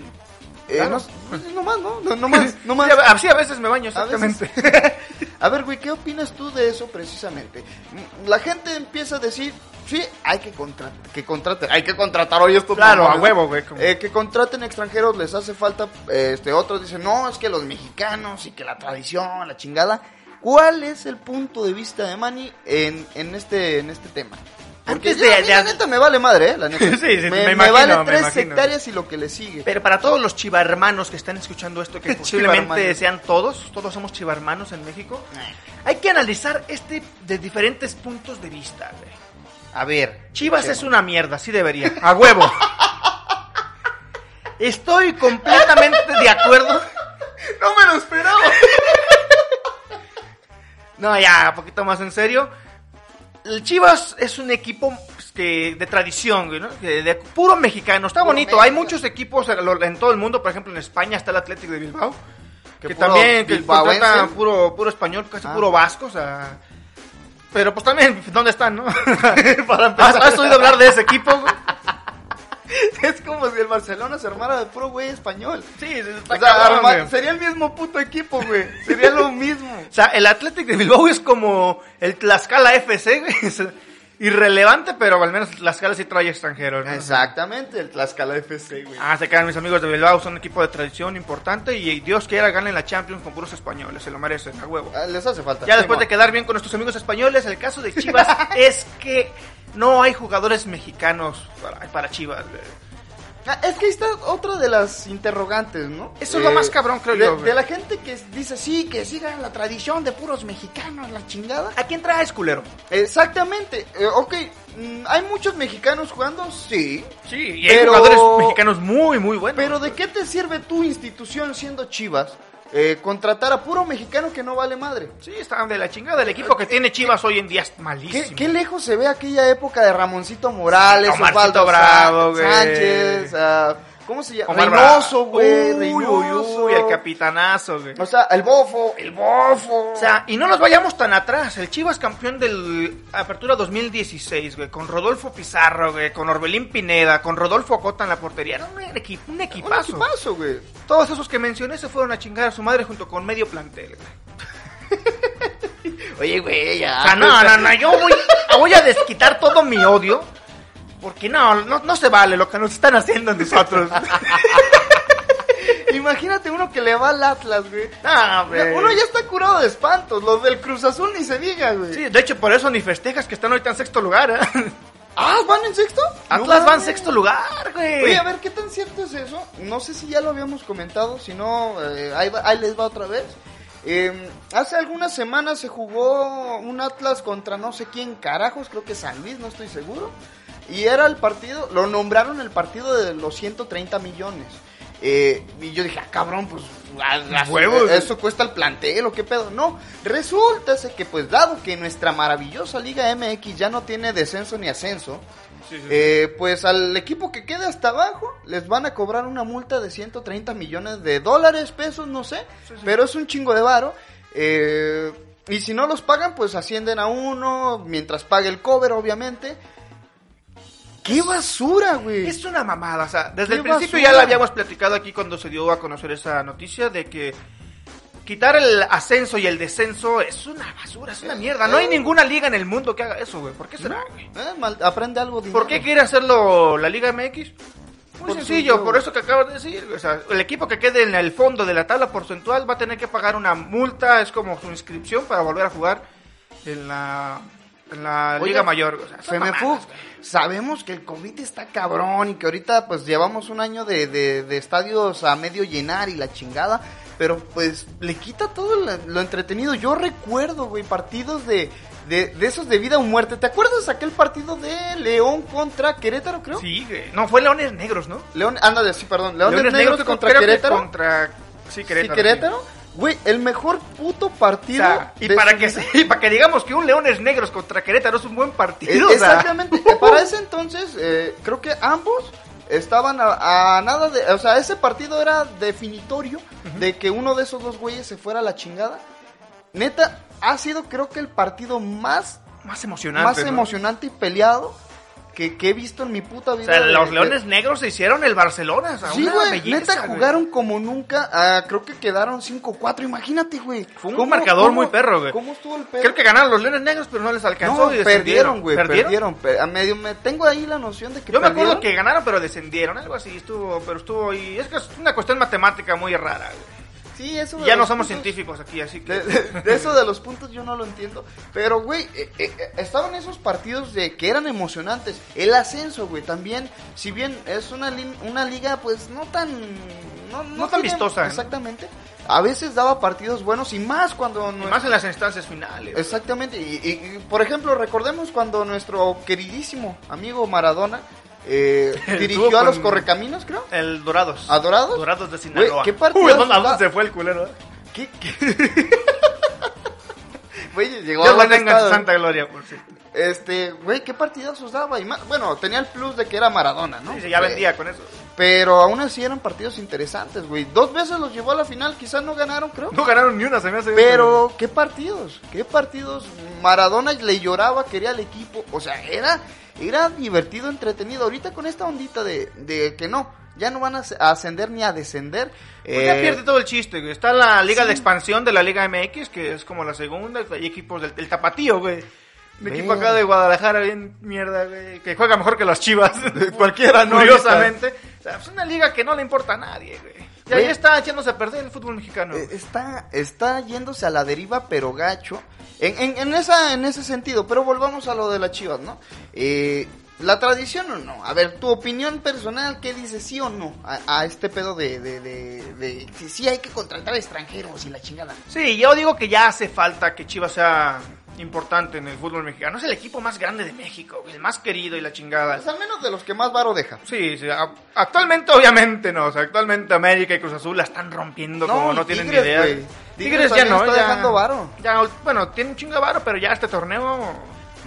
[SPEAKER 1] eh,
[SPEAKER 2] Claro.
[SPEAKER 1] no- pues, no más, ¿no?
[SPEAKER 2] [laughs]
[SPEAKER 1] No, no más, no más.
[SPEAKER 2] Sí, a- sí, a veces me baño,
[SPEAKER 1] A veces.
[SPEAKER 2] exactamente.
[SPEAKER 1] [laughs] A ver, güey, ¿qué opinas tú de eso precisamente? Mm, La gente empieza a decir, sí, hay que contratar, que contraten, hay que contratar hoy estos
[SPEAKER 2] Claro, a
[SPEAKER 1] mamones, ¿no?
[SPEAKER 2] huevo, güey. como-
[SPEAKER 1] Eh, que contraten extranjeros les hace falta, eh, este, otros dicen, no, es que los mexicanos y que la tradición, la chingada. ¿Cuál es el punto de vista de Manny en, en este, en este tema? Porque
[SPEAKER 2] Antes
[SPEAKER 1] yo-
[SPEAKER 2] de-
[SPEAKER 1] a mí
[SPEAKER 2] de-
[SPEAKER 1] la neta me vale
[SPEAKER 2] [laughs]
[SPEAKER 1] madre, ¿eh? La neta.
[SPEAKER 2] Sí, sí, me
[SPEAKER 1] me, me
[SPEAKER 2] imagino,
[SPEAKER 1] vale
[SPEAKER 2] me
[SPEAKER 1] tres
[SPEAKER 2] imagino.
[SPEAKER 1] hectáreas y lo que le sigue.
[SPEAKER 2] Pero para todos los chivarmanos que están escuchando esto,
[SPEAKER 1] [laughs]
[SPEAKER 2] que posiblemente
[SPEAKER 1] Chivarmanos.
[SPEAKER 2] sean todos, todos somos chivarmanos en México, hay que analizar este de diferentes puntos de vista, güey.
[SPEAKER 1] a ver.
[SPEAKER 2] Chivas
[SPEAKER 1] Chema. [laughs]
[SPEAKER 2] es una mierda, sí debería. A huevo. Estoy completamente de acuerdo.
[SPEAKER 1] No me lo esperaba.
[SPEAKER 2] [laughs] No, ya, un poquito más en serio. El Chivas es un equipo pues, que de tradición, güey, ¿no? Que de puro mexicano. Está
[SPEAKER 1] Puro
[SPEAKER 2] bonito. Hay
[SPEAKER 1] México.
[SPEAKER 2] muchos equipos a lo- en todo el mundo. Por ejemplo, en España está el Atlético de Bilbao. Que,
[SPEAKER 1] puro
[SPEAKER 2] también que
[SPEAKER 1] bilbaoense.
[SPEAKER 2] contrata puro, puro español, casi
[SPEAKER 1] Ah.
[SPEAKER 2] puro vasco. O sea, pero pues también, [laughs] ¿dónde están, no? Para ¿Has,
[SPEAKER 1] empezar.
[SPEAKER 2] has oído hablar de ese equipo? güey?
[SPEAKER 1] [laughs] Es como si el Barcelona se armara de puro güey español.
[SPEAKER 2] Sí, está
[SPEAKER 1] O sea,
[SPEAKER 2] cabrón,
[SPEAKER 1] arma-
[SPEAKER 2] güey.
[SPEAKER 1] sería el mismo puto equipo, güey. Sería
[SPEAKER 2] [laughs]
[SPEAKER 1] lo mismo.
[SPEAKER 2] O sea, el Athletic de Bilbao es como el Tlaxcala FC, güey. [laughs] Es irrelevante, pero al menos el Tlaxcala sí trae extranjeros, ¿no?
[SPEAKER 1] Exactamente, el Tlaxcala FC, güey.
[SPEAKER 2] Ah, se quedan mis amigos de Bilbao, son un equipo de tradición importante y Dios quiera ganen la Champions con puros españoles, se lo merecen, a huevo.
[SPEAKER 1] Ah, Les hace falta.
[SPEAKER 2] Ya después de
[SPEAKER 1] Simón.
[SPEAKER 2] quedar bien con nuestros amigos españoles, el caso de
[SPEAKER 1] [laughs]
[SPEAKER 2] Chivas es que no hay jugadores mexicanos para, para Chivas. güey.
[SPEAKER 1] Ah, Es que ahí está otra de las interrogantes, ¿no?
[SPEAKER 2] Eso es lo más cabrón, creo
[SPEAKER 1] Eh, de,
[SPEAKER 2] yo, güey.
[SPEAKER 1] De la gente que dice, sí, que sigan la tradición de puros mexicanos, la chingada.
[SPEAKER 2] ¿A quién traes, culero?
[SPEAKER 1] Exactamente, eh, ok. mm, ¿Hay muchos mexicanos jugando? Sí.
[SPEAKER 2] Sí, y hay
[SPEAKER 1] Pero-
[SPEAKER 2] jugadores mexicanos muy, muy buenos.
[SPEAKER 1] Pero ¿de qué te sirve tu institución siendo Chivas? eh, contratar a puro mexicano que no vale madre.
[SPEAKER 2] Sí, están de la chingada. El equipo que tiene Chivas hoy en día es malísimo.
[SPEAKER 1] ¿Qué, qué lejos se ve aquella época de Ramoncito Morales,
[SPEAKER 2] Omarcito
[SPEAKER 1] Osvaldo
[SPEAKER 2] Bravo,
[SPEAKER 1] Sa-
[SPEAKER 2] güey.
[SPEAKER 1] Sánchez, ah, ¿cómo se llama?
[SPEAKER 2] Omar
[SPEAKER 1] Reynoso,
[SPEAKER 2] Bravo.
[SPEAKER 1] güey,
[SPEAKER 2] Uy,
[SPEAKER 1] Reynoso.
[SPEAKER 2] uy, uy, el capitanazo, güey.
[SPEAKER 1] O sea, el bofo, el bofo.
[SPEAKER 2] O sea, y no nos vayamos tan atrás. El Chivas campeón del Apertura 2016, güey. Con Rodolfo Pizarro, güey. Con Orbelín Pineda. Con Rodolfo Cota en la portería. Era un, equi- un
[SPEAKER 1] un
[SPEAKER 2] equipazo.
[SPEAKER 1] equipazo, güey.
[SPEAKER 2] Todos esos que mencioné se fueron a chingar a su madre junto con medio plantel, güey.
[SPEAKER 1] [laughs] Oye, güey, ya.
[SPEAKER 2] O sea, no, no, no, yo voy, voy a desquitar todo mi odio. Porque no, no, no se vale lo que nos están haciendo a
[SPEAKER 1] [laughs]
[SPEAKER 2] nosotros.
[SPEAKER 1] Imagínate uno que le va al Atlas, Ah, güey.
[SPEAKER 2] No, güey.
[SPEAKER 1] Uno ya está curado de espantos. Los del Cruz Azul ni se diga, güey.
[SPEAKER 2] Sí, de hecho, por eso ni festejas que están ahorita en sexto lugar. ¿eh?
[SPEAKER 1] Ah, ¿van en sexto?
[SPEAKER 2] Atlas
[SPEAKER 1] No,
[SPEAKER 2] va en
[SPEAKER 1] güey.
[SPEAKER 2] sexto lugar, güey.
[SPEAKER 1] Oye, a ver, ¿qué tan cierto es eso? No sé si ya lo habíamos comentado, si no, eh, ahí, va- ahí les va otra vez. Eh, hace algunas semanas se jugó un Atlas contra no sé quién carajos, creo que San Luis, no estoy seguro. Y era el partido, lo nombraron el partido de los 130 millones. Eh, y yo dije, ah, cabrón, pues a- eh, a-
[SPEAKER 2] Huevos.
[SPEAKER 1] eso cuesta el plantel o qué pedo. No, resulta ser que pues dado que nuestra maravillosa Liga MX ya no tiene descenso ni ascenso, eh, pues al equipo que quede hasta abajo les van a cobrar una multa de 130 millones de dólares, pesos, no sé,
[SPEAKER 2] Sí, sí.
[SPEAKER 1] pero es un chingo de varo. Eh, y si no los pagan, pues ascienden a uno mientras pague el cover, obviamente. ¡Qué basura, güey!
[SPEAKER 2] Es una mamada, o sea, desde
[SPEAKER 1] Qué
[SPEAKER 2] el principio
[SPEAKER 1] basura.
[SPEAKER 2] ya la habíamos platicado aquí cuando se dio a conocer esa noticia de que quitar el ascenso y el descenso es una basura, es una mierda. No hay ninguna liga en el mundo que haga eso, güey. ¿Por qué será, güey?
[SPEAKER 1] Eh, mal- aprende algo de
[SPEAKER 2] ¿Por qué
[SPEAKER 1] dinero.
[SPEAKER 2] quiere hacerlo la Liga MX? Muy
[SPEAKER 1] Por
[SPEAKER 2] sencillo,
[SPEAKER 1] supuesto.
[SPEAKER 2] por eso que acabas de decir. güey. O sea, el equipo que quede en el fondo de la tabla porcentual va a tener que pagar una multa, es como su inscripción para volver a jugar en la, en la
[SPEAKER 1] Oye,
[SPEAKER 2] Liga Mayor. güey. O sea, son
[SPEAKER 1] Femefu,
[SPEAKER 2] mamadas, güey.
[SPEAKER 1] sabemos que el COVID está cabrón y que ahorita pues llevamos un año de, de- de estadios a medio llenar y la chingada, pero pues le quita todo lo, lo entretenido. Yo recuerdo, güey, partidos de, de, de esos de vida o muerte. ¿Te acuerdas aquel partido de León contra Querétaro, creo?
[SPEAKER 2] Sí, güey. No, fue Leones Negros, ¿no?
[SPEAKER 1] León, ándale, sí, perdón. Leones, Negros, contra
[SPEAKER 2] creo que
[SPEAKER 1] Querétaro.
[SPEAKER 2] Contra... Sí,
[SPEAKER 1] Sí,
[SPEAKER 2] Querétaro.
[SPEAKER 1] Querétaro. Güey, el mejor puto
[SPEAKER 2] sí. O
[SPEAKER 1] partido.
[SPEAKER 2] sea, y,
[SPEAKER 1] de
[SPEAKER 2] para
[SPEAKER 1] su
[SPEAKER 2] que,
[SPEAKER 1] vida.
[SPEAKER 2] se- y para que digamos que un Leones Negros contra Querétaro es un buen
[SPEAKER 1] Eh,
[SPEAKER 2] partido. o sea.
[SPEAKER 1] Exactamente. Eh, Para ese entonces, eh, creo que ambos estaban a, a nada de. O sea, ese partido era definitorio de que uno de esos dos güeyes se fuera a la chingada. Neta, ha sido, creo que, el partido más,
[SPEAKER 2] Más emocionante.
[SPEAKER 1] más
[SPEAKER 2] ¿no?
[SPEAKER 1] emocionante y peleado que, que he visto en mi puta
[SPEAKER 2] O
[SPEAKER 1] vida.
[SPEAKER 2] sea,
[SPEAKER 1] de-
[SPEAKER 2] los
[SPEAKER 1] de-
[SPEAKER 2] Leones Negros se hicieron el Barcelona. O sea,
[SPEAKER 1] Sí,
[SPEAKER 2] una
[SPEAKER 1] güey,
[SPEAKER 2] belleza,
[SPEAKER 1] neta
[SPEAKER 2] güey.
[SPEAKER 1] jugaron como nunca. ah, creo que quedaron 5-4. Imagínate, güey.
[SPEAKER 2] Fue un marcador muy perro, güey.
[SPEAKER 1] ¿Cómo estuvo el perro?
[SPEAKER 2] Creo que ganaron los Leones Negros, pero no les alcanzó.
[SPEAKER 1] no,
[SPEAKER 2] y descendieron.
[SPEAKER 1] perdieron, güey.
[SPEAKER 2] ¿Perdieron?
[SPEAKER 1] Perdieron. per- a medio me tengo ahí la noción de que
[SPEAKER 2] Yo me
[SPEAKER 1] perdieron.
[SPEAKER 2] acuerdo que ganaron, pero descendieron. Algo así estuvo, pero estuvo. Y es que es una cuestión matemática muy rara. güey.
[SPEAKER 1] Sí, eso
[SPEAKER 2] Y
[SPEAKER 1] de
[SPEAKER 2] Ya no
[SPEAKER 1] los
[SPEAKER 2] somos
[SPEAKER 1] puntos-
[SPEAKER 2] científicos aquí, así que.
[SPEAKER 1] [laughs] De, de- de eso de los puntos yo no lo entiendo. Pero, güey, eh, eh, eh, estaban esos partidos de que eran emocionantes. El ascenso, güey, también. Si bien es una, lin- una liga, pues no tan. No,
[SPEAKER 2] No tan vistosa, ¿no?
[SPEAKER 1] Exactamente. A veces daba partidos buenos y más cuando.
[SPEAKER 2] Y
[SPEAKER 1] nue-
[SPEAKER 2] más en las instancias finales.
[SPEAKER 1] Exactamente. Y, y- y, por ejemplo, recordemos cuando nuestro queridísimo amigo Maradona eh,
[SPEAKER 2] [laughs]
[SPEAKER 1] dirigió
[SPEAKER 2] Estuvo
[SPEAKER 1] a los
[SPEAKER 2] con-
[SPEAKER 1] correcaminos, creo.
[SPEAKER 2] El Dorados.
[SPEAKER 1] ¿A Dorados?
[SPEAKER 2] Dorados de
[SPEAKER 1] Güey,
[SPEAKER 2] Sinaloa.
[SPEAKER 1] ¿qué
[SPEAKER 2] [laughs]
[SPEAKER 1] partido?
[SPEAKER 2] Uy, ¿a dónde- a dónde se fue el culero? eh.
[SPEAKER 1] ¿Qué? qué? [laughs] Güey, llegó
[SPEAKER 2] Ya
[SPEAKER 1] a
[SPEAKER 2] lo
[SPEAKER 1] buen
[SPEAKER 2] tengan en
[SPEAKER 1] estado.
[SPEAKER 2] Santa Gloria, por cierto.
[SPEAKER 1] Este, güey, ¿qué partidazos daba? Y más- bueno, tenía el plus de que era Maradona, ¿no?
[SPEAKER 2] Sí, sí, ya
[SPEAKER 1] Güey,
[SPEAKER 2] vendía con eso.
[SPEAKER 1] Pero aún así eran partidos interesantes, güey. Dos veces los llevó a la final, quizás no ganaron, creo.
[SPEAKER 2] No ganaron ni una, se me hace.
[SPEAKER 1] Pero, ¿qué partidos? ¿Qué partidos? Maradona le lloraba, quería al equipo. O sea, era, era divertido, entretenido. Ahorita con esta ondita de, de que no, ya no van a as- a ascender ni a descender.
[SPEAKER 2] Pues ya
[SPEAKER 1] eh,
[SPEAKER 2] pierde todo el chiste, güey. Está la liga de expansión de la Liga MX, que es como la segunda, y equipos del el tapatío, güey. Un equipo
[SPEAKER 1] Verga.
[SPEAKER 2] acá de Guadalajara, bien mierda, güey, que juega mejor que las chivas. [laughs] Cualquiera,
[SPEAKER 1] ¿no?
[SPEAKER 2] Curiosamente. O sea, es una liga que no le importa a nadie, güey. Y ahí
[SPEAKER 1] Güey.
[SPEAKER 2] está echándose a perder el fútbol mexicano.
[SPEAKER 1] Eh, Está, está yéndose a la deriva, pero gacho. En, en- en esa, en ese sentido, pero volvamos a lo de las chivas, ¿no? Eh, la tradición o no. A ver, tu opinión personal, ¿qué dices sí o no a, a este pedo de, de, de- de si sí hay que contratar extranjeros y la chingada?
[SPEAKER 2] Sí, yo digo que ya hace falta que Chivas sea importante en el fútbol mexicano. Es el equipo más grande de México, güey, el más querido y la chingada.
[SPEAKER 1] Pues al menos de los que más varo deja.
[SPEAKER 2] Sí, sí, a- actualmente obviamente no, o sea, actualmente América y Cruz Azul la están rompiendo
[SPEAKER 1] No,
[SPEAKER 2] como
[SPEAKER 1] y
[SPEAKER 2] no tienen ni
[SPEAKER 1] Tigres,
[SPEAKER 2] idea.
[SPEAKER 1] güey. Tigres también está dejando varo.
[SPEAKER 2] ya, bueno, tiene un chingo de varo, pero ya este torneo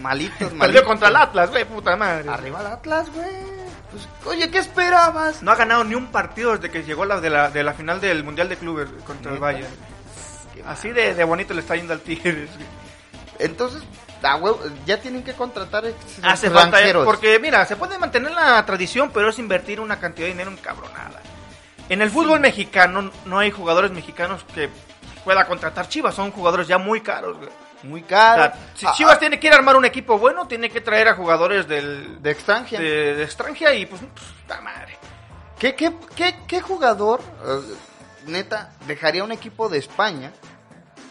[SPEAKER 1] Malitos,
[SPEAKER 2] [laughs]
[SPEAKER 1] malitos.
[SPEAKER 2] perdió contra el Atlas, güey, puta madre.
[SPEAKER 1] Arriba el Atlas, güey. Pues, oye, ¿qué esperabas?
[SPEAKER 2] No ha ganado ni un partido desde que llegó la de la, de la final del Mundial de Clubes güey, contra el
[SPEAKER 1] Neta.
[SPEAKER 2] Bayern. Así de, de bonito le está yendo al Tigres. güey.
[SPEAKER 1] Entonces, a huevo, ya tienen que contratar ex-
[SPEAKER 2] Hace falta, eh,
[SPEAKER 1] extranjeros.
[SPEAKER 2] porque mira, se puede mantener la tradición, pero es invertir una cantidad de dinero en cabronada. En el fútbol mexicano no hay jugadores mexicanos que pueda contratar Chivas, son jugadores ya muy caros. güey.
[SPEAKER 1] Muy
[SPEAKER 2] O
[SPEAKER 1] caro.
[SPEAKER 2] sea, si
[SPEAKER 1] Ah,
[SPEAKER 2] Chivas tiene que ir a armar un equipo bueno, tiene que traer a jugadores del,
[SPEAKER 1] ah, de
[SPEAKER 2] de,
[SPEAKER 1] extranjero.
[SPEAKER 2] de extranjera y pues, pues, la madre.
[SPEAKER 1] ¿Qué, qué, qué, qué jugador, eh, neta, dejaría un equipo de España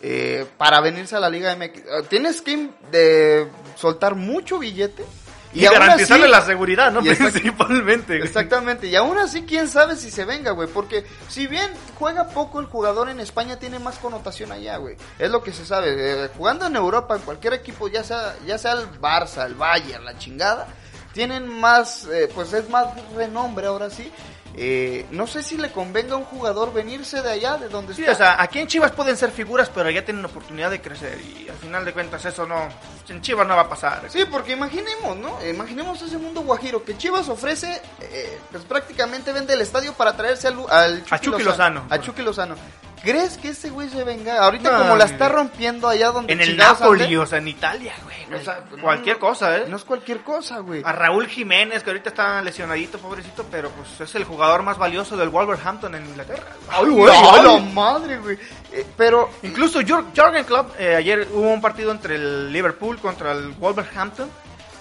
[SPEAKER 1] eh, para venirse a la Liga MX? Eh, Tienes que in- de soltar mucho billete
[SPEAKER 2] Y,
[SPEAKER 1] aún
[SPEAKER 2] garantizarle
[SPEAKER 1] así-
[SPEAKER 2] la seguridad, ¿no?
[SPEAKER 1] Y exact-
[SPEAKER 2] Principalmente. güey.
[SPEAKER 1] Exactamente, y aún así, quién sabe si se venga, güey. Porque si bien juega poco el jugador en España, tiene más connotación allá, güey. Es lo que se sabe. eh, jugando en Europa, en cualquier equipo, ya sea, ya sea el Barça, el Bayern, la chingada, tienen más, eh, pues es más renombre ahora sí. Eh, no sé si le convenga a un jugador venirse de allá, de donde
[SPEAKER 2] Sí,
[SPEAKER 1] está.
[SPEAKER 2] o sea, aquí en Chivas pueden ser figuras, pero ya tienen oportunidad de crecer. Y al final de cuentas, eso no. En Chivas no va a pasar.
[SPEAKER 1] Sí, porque imaginemos, ¿no? Imaginemos ese mundo guajiro que Chivas ofrece, eh, pues prácticamente vende el estadio para traerse al, al
[SPEAKER 2] A Chucky Lozano.
[SPEAKER 1] A Chucky Lozano. ¿Crees que ese güey se venga? Ahorita
[SPEAKER 2] No,
[SPEAKER 1] como la
[SPEAKER 2] ni-
[SPEAKER 1] está rompiendo allá donde
[SPEAKER 2] En el
[SPEAKER 1] chingados
[SPEAKER 2] Napoli,
[SPEAKER 1] ande,
[SPEAKER 2] o sea, en Italia, güey.
[SPEAKER 1] O sea,
[SPEAKER 2] cualquier
[SPEAKER 1] no-
[SPEAKER 2] cosa, ¿eh?
[SPEAKER 1] No es cualquier cosa, güey.
[SPEAKER 2] A Raúl Jiménez, que ahorita está lesionadito, pobrecito, pero pues es el jugador más valioso del Wolverhampton en Inglaterra.
[SPEAKER 1] ¡Ay,
[SPEAKER 2] ¡Ay!
[SPEAKER 1] la madre, güey! Eh, pero...
[SPEAKER 2] Incluso Jor- Jorgen Klopp, eh, ayer hubo un partido entre el Liverpool contra el Wolverhampton.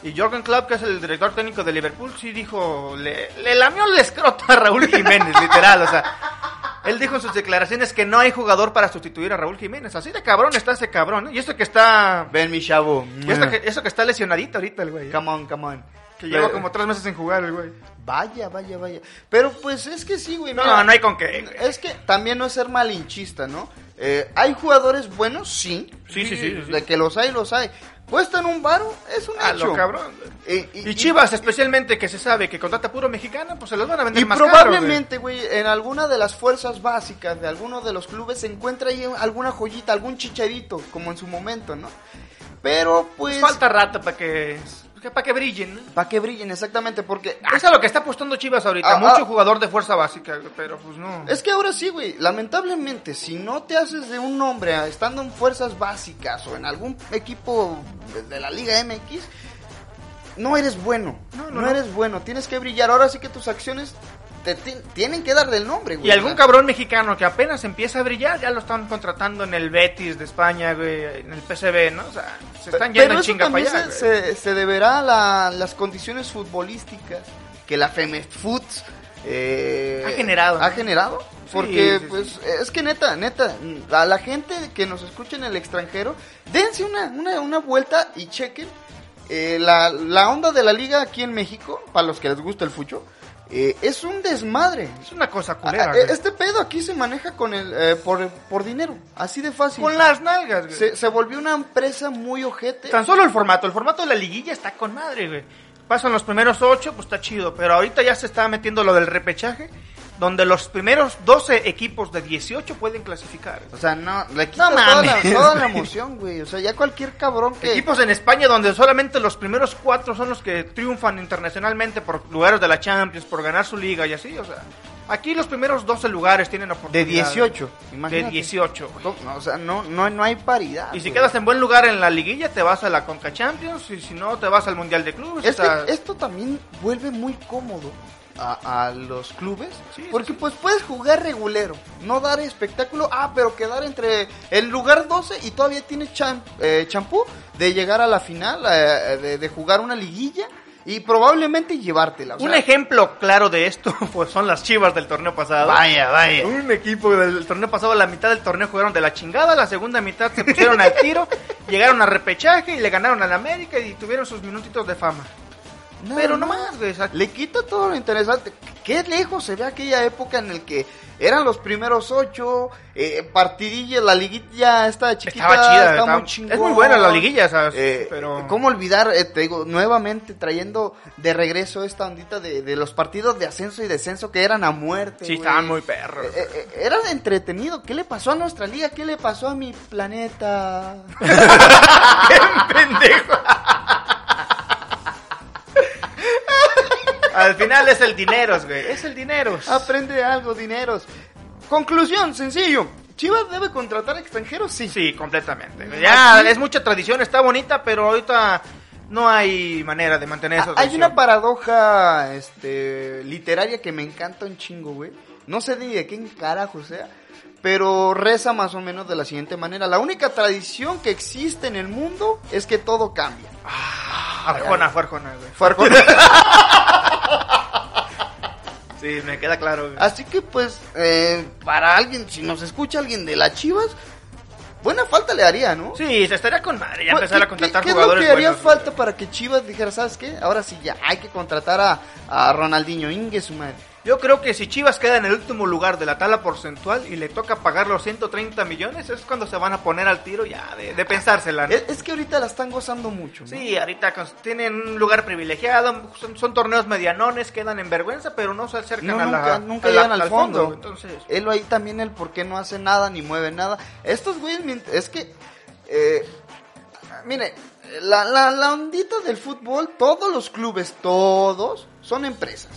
[SPEAKER 2] Y Jorgen Klopp, que es el director técnico de Liverpool, sí dijo, le, le lamió el escroto a Raúl Jiménez, [laughs] literal, o sea. Él dijo en sus declaraciones que no hay jugador para sustituir a Raúl Jiménez. Así de cabrón está ese cabrón, ¿no? Y esto que está...
[SPEAKER 1] Ven, mi chavo.
[SPEAKER 2] Y esto que, eso que está lesionadito ahorita el güey. ¿eh?
[SPEAKER 1] Come on, come on.
[SPEAKER 2] Que lleva como tres meses sin jugar el güey.
[SPEAKER 1] Vaya, vaya, vaya. Pero pues es que sí, güey.
[SPEAKER 2] No,
[SPEAKER 1] mira.
[SPEAKER 2] no hay con qué. güey.
[SPEAKER 1] Es que también no es ser malinchista, ¿no? Eh, hay jugadores buenos, sí.
[SPEAKER 2] Sí, sí, sí, sí.
[SPEAKER 1] De que los hay, los hay. Cuestan un varo, es un
[SPEAKER 2] A
[SPEAKER 1] hecho.
[SPEAKER 2] Ah, lo cabrón. güey.
[SPEAKER 1] Eh,
[SPEAKER 2] Y Chivas, especialmente que se sabe que contrata puro mexicano, pues se los van a vender
[SPEAKER 1] Y
[SPEAKER 2] más caro, güey.
[SPEAKER 1] probablemente, güey, en alguna de las fuerzas básicas de alguno de los clubes se encuentra ahí alguna joyita, algún chicharito, como en su momento, ¿no? Pero pues...
[SPEAKER 2] Pues falta rato para que, para que brillen. ¿no?
[SPEAKER 1] Para que brillen, exactamente, porque...
[SPEAKER 2] Es a lo que está apostando Chivas ahorita.
[SPEAKER 1] Ah,
[SPEAKER 2] Mucho
[SPEAKER 1] ah.
[SPEAKER 2] jugador de fuerza básica, pero pues no.
[SPEAKER 1] Es que ahora sí, güey, lamentablemente, si no te haces de un nombre ah, estando en fuerzas básicas o en algún equipo de- de la Liga MX, no eres bueno.
[SPEAKER 2] No,
[SPEAKER 1] No,
[SPEAKER 2] no, no.
[SPEAKER 1] eres bueno, tienes que brillar. Ahora sí que tus acciones te ti- tienen que dar del nombre, güey.
[SPEAKER 2] Y algún
[SPEAKER 1] O sea,
[SPEAKER 2] cabrón mexicano que apenas empieza a brillar, ya lo están contratando en el Betis de España, güey, en el PCB, ¿no? O sea, se están yendo
[SPEAKER 1] pe-
[SPEAKER 2] en
[SPEAKER 1] Pero eso
[SPEAKER 2] chinga para
[SPEAKER 1] también
[SPEAKER 2] allá.
[SPEAKER 1] se,
[SPEAKER 2] güey.
[SPEAKER 1] se- se deberá a la- las condiciones futbolísticas que la Femefuts eh,
[SPEAKER 2] Ha generado,
[SPEAKER 1] Ha
[SPEAKER 2] ¿no?
[SPEAKER 1] generado. Porque,
[SPEAKER 2] sí, sí.
[SPEAKER 1] pues, es que neta, neta, a la gente que nos escucha en el extranjero, dense una, una, una vuelta y chequen eh, la, la onda de la liga aquí en México, para los que les gusta el fucho, eh, es un desmadre.
[SPEAKER 2] Es una cosa
[SPEAKER 1] A-
[SPEAKER 2] culera.
[SPEAKER 1] a-
[SPEAKER 2] güey.
[SPEAKER 1] este pedo aquí se maneja con el eh, por, por dinero, así de fácil.
[SPEAKER 2] Con las nalgas, güey.
[SPEAKER 1] se, se volvió una empresa muy ojete.
[SPEAKER 2] Tan solo el formato. El formato de la liguilla está con madre, güey. pasan los primeros ocho, pues está chido. Pero ahorita ya se está metiendo lo del repechaje, donde los primeros 12 equipos de 18 pueden clasificar.
[SPEAKER 1] O sea, no, le
[SPEAKER 2] No
[SPEAKER 1] quita toda, la,
[SPEAKER 2] mames. [laughs]
[SPEAKER 1] toda la emoción, güey. O sea, ya cualquier cabrón que.
[SPEAKER 2] Equipos en España donde solamente los primeros cuatro son los que triunfan internacionalmente por lugares de la Champions, por ganar su liga y así, o sea. Aquí los primeros 12 lugares tienen
[SPEAKER 1] De
[SPEAKER 2] oportunidad.
[SPEAKER 1] 18,
[SPEAKER 2] De
[SPEAKER 1] imagínate. Ah, pues.
[SPEAKER 2] 18, güey.
[SPEAKER 1] No, o sea, no, no, no hay paridad.
[SPEAKER 2] Y si
[SPEAKER 1] güey.
[SPEAKER 2] quedas en buen lugar en la liguilla, te vas a la Conca Champions. Y si no, te vas al Mundial de Clubes.
[SPEAKER 1] Es
[SPEAKER 2] o sea,
[SPEAKER 1] que esto también vuelve muy cómodo a, a los clubes.
[SPEAKER 2] Sí,
[SPEAKER 1] porque pues puedes jugar regulero, no dar espectáculo. Ah, pero quedar entre el lugar 12 y todavía tienes cham- eh, champú de llegar a la final, eh, de, de jugar una liguilla y probablemente llevártela. o
[SPEAKER 2] Un
[SPEAKER 1] sea,
[SPEAKER 2] ejemplo claro de esto [laughs] pues son las chivas del torneo pasado.
[SPEAKER 1] Vaya, vaya.
[SPEAKER 2] Un equipo del torneo pasado, la mitad del torneo jugaron de la chingada, la segunda mitad se pusieron al
[SPEAKER 1] [laughs]
[SPEAKER 2] tiro, llegaron a repechaje y le ganaron al América y tuvieron sus minutitos de fama.
[SPEAKER 1] Nada
[SPEAKER 2] Pero no
[SPEAKER 1] más.
[SPEAKER 2] más, güey. o sea,
[SPEAKER 1] Le quita todo lo interesante. Qué lejos se ve aquella época en el que eran los primeros ocho, eh, partidilla, la liguilla estaba chiquita,
[SPEAKER 2] estaba chida,
[SPEAKER 1] estaba
[SPEAKER 2] estaba-
[SPEAKER 1] muy chingón.
[SPEAKER 2] Es muy buena la liguilla, ¿sabes?
[SPEAKER 1] Eh,
[SPEAKER 2] pero...
[SPEAKER 1] ¿Cómo olvidar, eh, te digo, nuevamente trayendo de regreso esta ondita de, de los partidos de ascenso y descenso que eran a muerte?
[SPEAKER 2] Sí,
[SPEAKER 1] güey?
[SPEAKER 2] estaban muy perros.
[SPEAKER 1] Eh,
[SPEAKER 2] [laughs]
[SPEAKER 1] [laughs] eh, eh, era entretenido. ¿Qué le pasó a nuestra liga? ¿Qué le pasó a mi planeta?
[SPEAKER 2] [laughs] pendejo. Al final es el dineros, güey. Es el dineros.
[SPEAKER 1] Aprende algo, dineros. Conclusión, sencillo. Chivas debe contratar extranjeros, sí.
[SPEAKER 2] Sí, completamente.
[SPEAKER 1] Mm,
[SPEAKER 2] Ya, es mucha tradición, está bonita, pero ahorita no hay manera de mantener esa
[SPEAKER 1] Ah, Hay
[SPEAKER 2] tradición.
[SPEAKER 1] una paradoja este, literaria que me encanta un chingo, güey. No sé ni de quién carajo sea, pero reza más o menos de la siguiente manera. La única tradición que existe en el mundo es que todo cambia.
[SPEAKER 2] Arjona, fue Arjona, güey. [laughs]
[SPEAKER 1] Fue Arjona.
[SPEAKER 2] Sí, me queda claro, güey.
[SPEAKER 1] Así que pues, eh, para alguien, si nos escucha alguien de las Chivas, buena falta le haría, ¿no?
[SPEAKER 2] Sí, se estaría con madre ya
[SPEAKER 1] Pues,
[SPEAKER 2] empezar
[SPEAKER 1] ¿qué-
[SPEAKER 2] a contratar
[SPEAKER 1] qué- qué
[SPEAKER 2] jugadores
[SPEAKER 1] es lo que haría
[SPEAKER 2] buenos, güey.
[SPEAKER 1] falta para que Chivas dijera, ¿sabes qué? Ahora sí ya hay que contratar a, a Ronaldinho Ingue, su madre.
[SPEAKER 2] Yo creo que si Chivas queda en el último lugar de la tabla porcentual y le toca pagar los 130 millones, es cuando se van a poner al tiro ya de, de pensársela. ¿no?
[SPEAKER 1] Es, es que ahorita la están gozando mucho. ¿no?
[SPEAKER 2] Sí, ahorita cons- tienen un lugar privilegiado, son, son torneos medianones, quedan en vergüenza, pero no se acercan
[SPEAKER 1] No,
[SPEAKER 2] a la,
[SPEAKER 1] nunca,
[SPEAKER 2] a
[SPEAKER 1] nunca
[SPEAKER 2] la-
[SPEAKER 1] llegan al, fondo. Eh,
[SPEAKER 2] güey. Entonces,
[SPEAKER 1] Es lo ahí también el por qué no hace nada ni mueve nada. Estos güeyes, mient- es que, eh, mire, la, la, la ondita del fútbol, todos los clubes, todos, son empresas.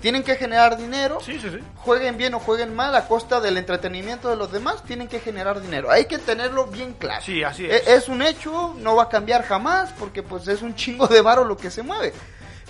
[SPEAKER 1] Tienen que generar dinero.
[SPEAKER 2] sí, sí, sí.
[SPEAKER 1] Jueguen bien o jueguen mal a costa del entretenimiento de los demás, tienen que generar dinero. Hay que tenerlo bien claro.
[SPEAKER 2] Sí, así
[SPEAKER 1] E-
[SPEAKER 2] es.
[SPEAKER 1] es. un hecho, no va a cambiar jamás, porque pues es un chingo de varo lo que se mueve.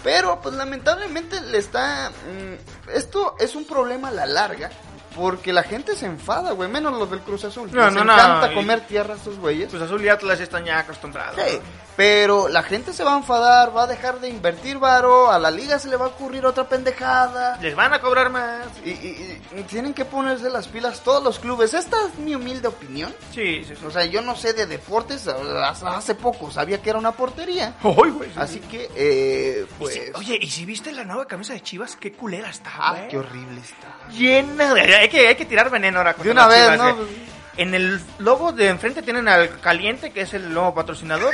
[SPEAKER 1] Pero pues lamentablemente le está... mm, esto es un problema a la larga, porque la gente se enfada, güey, menos los del Cruz Azul.
[SPEAKER 2] No,
[SPEAKER 1] Les
[SPEAKER 2] no, no,
[SPEAKER 1] encanta
[SPEAKER 2] y-
[SPEAKER 1] comer tierra a estos güeyes.
[SPEAKER 2] Pues Azul y Atlas están ya acostumbrados.
[SPEAKER 1] Sí, pero la gente se va a enfadar, va a dejar de invertir varo, a la liga se le va a ocurrir otra pendejada.
[SPEAKER 2] Les van a cobrar más.
[SPEAKER 1] Y, y- y tienen que ponerse las pilas todos los clubes. Esta es mi humilde opinión.
[SPEAKER 2] Sí, sí, sí.
[SPEAKER 1] O sea, yo no sé de deportes, hasta hace poco sabía que era una portería.
[SPEAKER 2] Ay, güey, sí.
[SPEAKER 1] Así que, eh,
[SPEAKER 2] Y
[SPEAKER 1] pues...
[SPEAKER 2] si- oye, ¿y si viste la nueva camisa de Chivas? Qué culera está,
[SPEAKER 1] ah,
[SPEAKER 2] güey.
[SPEAKER 1] qué horrible está.
[SPEAKER 2] Llena de... Hay que, hay que tirar veneno ahora.
[SPEAKER 1] De
[SPEAKER 2] contra
[SPEAKER 1] una
[SPEAKER 2] las
[SPEAKER 1] vez,
[SPEAKER 2] Chivas,
[SPEAKER 1] ¿no?
[SPEAKER 2] güey. En el logo de enfrente tienen al Caliente, que es el nuevo
[SPEAKER 1] [laughs]
[SPEAKER 2] patrocinador.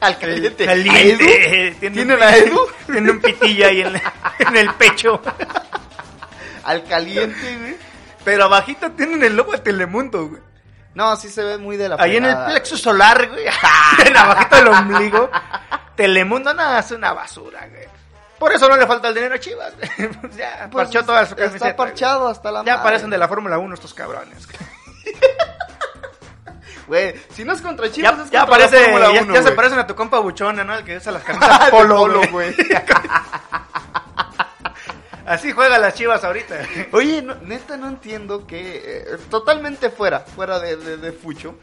[SPEAKER 1] Al
[SPEAKER 2] Caliente.
[SPEAKER 1] ¿A
[SPEAKER 2] Caliente.
[SPEAKER 1] Edu?
[SPEAKER 2] [laughs] Tiene
[SPEAKER 1] ¿Tienen
[SPEAKER 2] un-
[SPEAKER 1] a Edu?
[SPEAKER 2] Tiene un pitilla ahí en, la- en el pecho.
[SPEAKER 1] Al caliente, güey.
[SPEAKER 2] Pero abajito tienen el logo de Telemundo, güey.
[SPEAKER 1] No, sí se ve muy de la
[SPEAKER 2] Ahí en el
[SPEAKER 1] fregada.
[SPEAKER 2] plexo solar, güey. [laughs] en abajito del ombligo. Telemundo nada, es una basura, güey. Por eso no le falta el dinero a Chivas. güey. [laughs] Pues ya,
[SPEAKER 1] Pues,
[SPEAKER 2] parchó toda su camiseta.
[SPEAKER 1] Está parchado hasta la
[SPEAKER 2] güey. Ya
[SPEAKER 1] madre.
[SPEAKER 2] parecen de la Fórmula 1 estos cabrones.
[SPEAKER 1] Güey, si no es contra Chivas,
[SPEAKER 2] Ya,
[SPEAKER 1] pues es
[SPEAKER 2] ya
[SPEAKER 1] contra la
[SPEAKER 2] parece,
[SPEAKER 1] Fórmula
[SPEAKER 2] ya,
[SPEAKER 1] Uno,
[SPEAKER 2] ya se
[SPEAKER 1] [laughs] güey.
[SPEAKER 2] parecen a tu compa buchona, ¿no? El que usa las
[SPEAKER 1] [laughs]
[SPEAKER 2] camisetas
[SPEAKER 1] De
[SPEAKER 2] polo, güey.
[SPEAKER 1] güey.
[SPEAKER 2] Así juega las Chivas ahorita. [laughs]
[SPEAKER 1] Oye, no- neta, no entiendo que. eh, totalmente fuera, fuera de, de- de Fucho.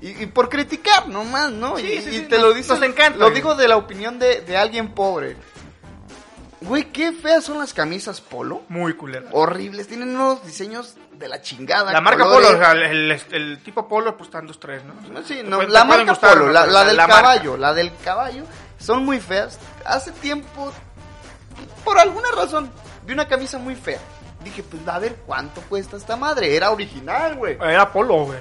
[SPEAKER 1] Y, y por criticar nomás, ¿no?
[SPEAKER 2] Sí,
[SPEAKER 1] y,
[SPEAKER 2] sí,
[SPEAKER 1] y
[SPEAKER 2] sí,
[SPEAKER 1] te
[SPEAKER 2] nos-
[SPEAKER 1] lo dices.
[SPEAKER 2] nos encanta,
[SPEAKER 1] Lo
[SPEAKER 2] güey.
[SPEAKER 1] digo de la opinión de, de alguien pobre. Güey, qué feas son las camisas polo.
[SPEAKER 2] Muy culera.
[SPEAKER 1] Horribles, tienen unos diseños de la chingada.
[SPEAKER 2] La marca
[SPEAKER 1] colores.
[SPEAKER 2] Polo, o sea, el, el- el tipo Polo, pues están dos, tres, ¿no?
[SPEAKER 1] No, sí,
[SPEAKER 2] Te
[SPEAKER 1] no,
[SPEAKER 2] pueden-
[SPEAKER 1] la
[SPEAKER 2] te pueden
[SPEAKER 1] marca
[SPEAKER 2] gustar,
[SPEAKER 1] Polo,
[SPEAKER 2] ¿no?
[SPEAKER 1] la,
[SPEAKER 2] Pero
[SPEAKER 1] la del
[SPEAKER 2] marca.
[SPEAKER 1] caballo, la del caballo, son muy feas. Hace tiempo, por alguna razón, vi una camisa muy fea. Dije, pues a ver cuánto cuesta esta madre. Era original, güey.
[SPEAKER 2] Era Polo, güey.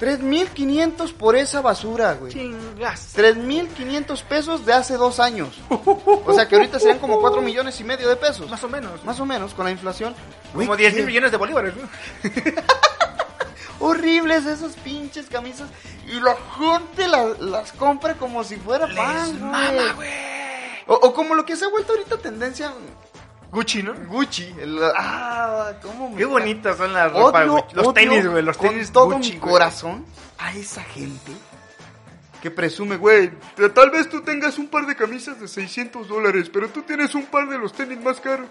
[SPEAKER 1] 3.500 por esa basura, güey.
[SPEAKER 2] Chingas.
[SPEAKER 1] 3.500 pesos de hace dos años. O sea que ahorita serían como 4 millones y medio de pesos.
[SPEAKER 2] Más o menos.
[SPEAKER 1] Más o menos, con la inflación.
[SPEAKER 2] como
[SPEAKER 1] Güey,
[SPEAKER 2] 10 mil
[SPEAKER 1] qué
[SPEAKER 2] millones de bolívares. ¿no?
[SPEAKER 1] Horribles esas pinches camisas. Y la gente la- las compra como si fuera pan,
[SPEAKER 2] Les
[SPEAKER 1] güey.
[SPEAKER 2] mama, güey.
[SPEAKER 1] O, o como lo que se ha vuelto ahorita tendencia
[SPEAKER 2] Gucci, ¿no?
[SPEAKER 1] Gucci. el- ah, cómo me
[SPEAKER 2] Qué
[SPEAKER 1] ca-
[SPEAKER 2] bonitas son las
[SPEAKER 1] Odio,
[SPEAKER 2] ropas, güey. Los
[SPEAKER 1] odio
[SPEAKER 2] tenis, güey. Los tenis
[SPEAKER 1] con todo
[SPEAKER 2] Gucci,
[SPEAKER 1] mi
[SPEAKER 2] güey.
[SPEAKER 1] corazón a esa gente que presume, güey, t- tal vez tú tengas un par de camisas de 600 dólares, pero tú tienes un par de los tenis más caros.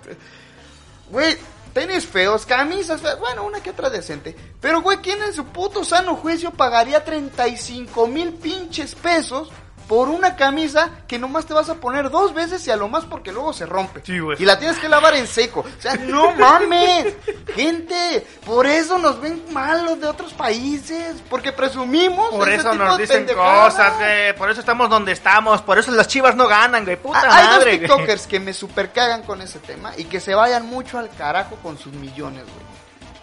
[SPEAKER 1] Güey, tenis feos, camisas feas, bueno, una que otra decente. Pero, güey, ¿quién en su puto sano juicio pagaría 35 mil pinches pesos por una camisa que nomás te vas a poner dos veces y a lo más porque luego se rompe?
[SPEAKER 2] Sí, güey.
[SPEAKER 1] Y la tienes que lavar en seco. O sea, no mames, gente, por eso nos ven mal los de otros países, porque presumimos
[SPEAKER 2] Por
[SPEAKER 1] ese
[SPEAKER 2] eso
[SPEAKER 1] tipo
[SPEAKER 2] nos
[SPEAKER 1] de
[SPEAKER 2] dicen
[SPEAKER 1] pendejadas.
[SPEAKER 2] cosas, güey. Por eso estamos donde estamos. Por eso las chivas no ganan, güey. Puta
[SPEAKER 1] Ah, Hay
[SPEAKER 2] madre,
[SPEAKER 1] dos
[SPEAKER 2] güey.
[SPEAKER 1] TikTokers que me super cagan con ese tema y que se vayan mucho al carajo con sus millones, güey.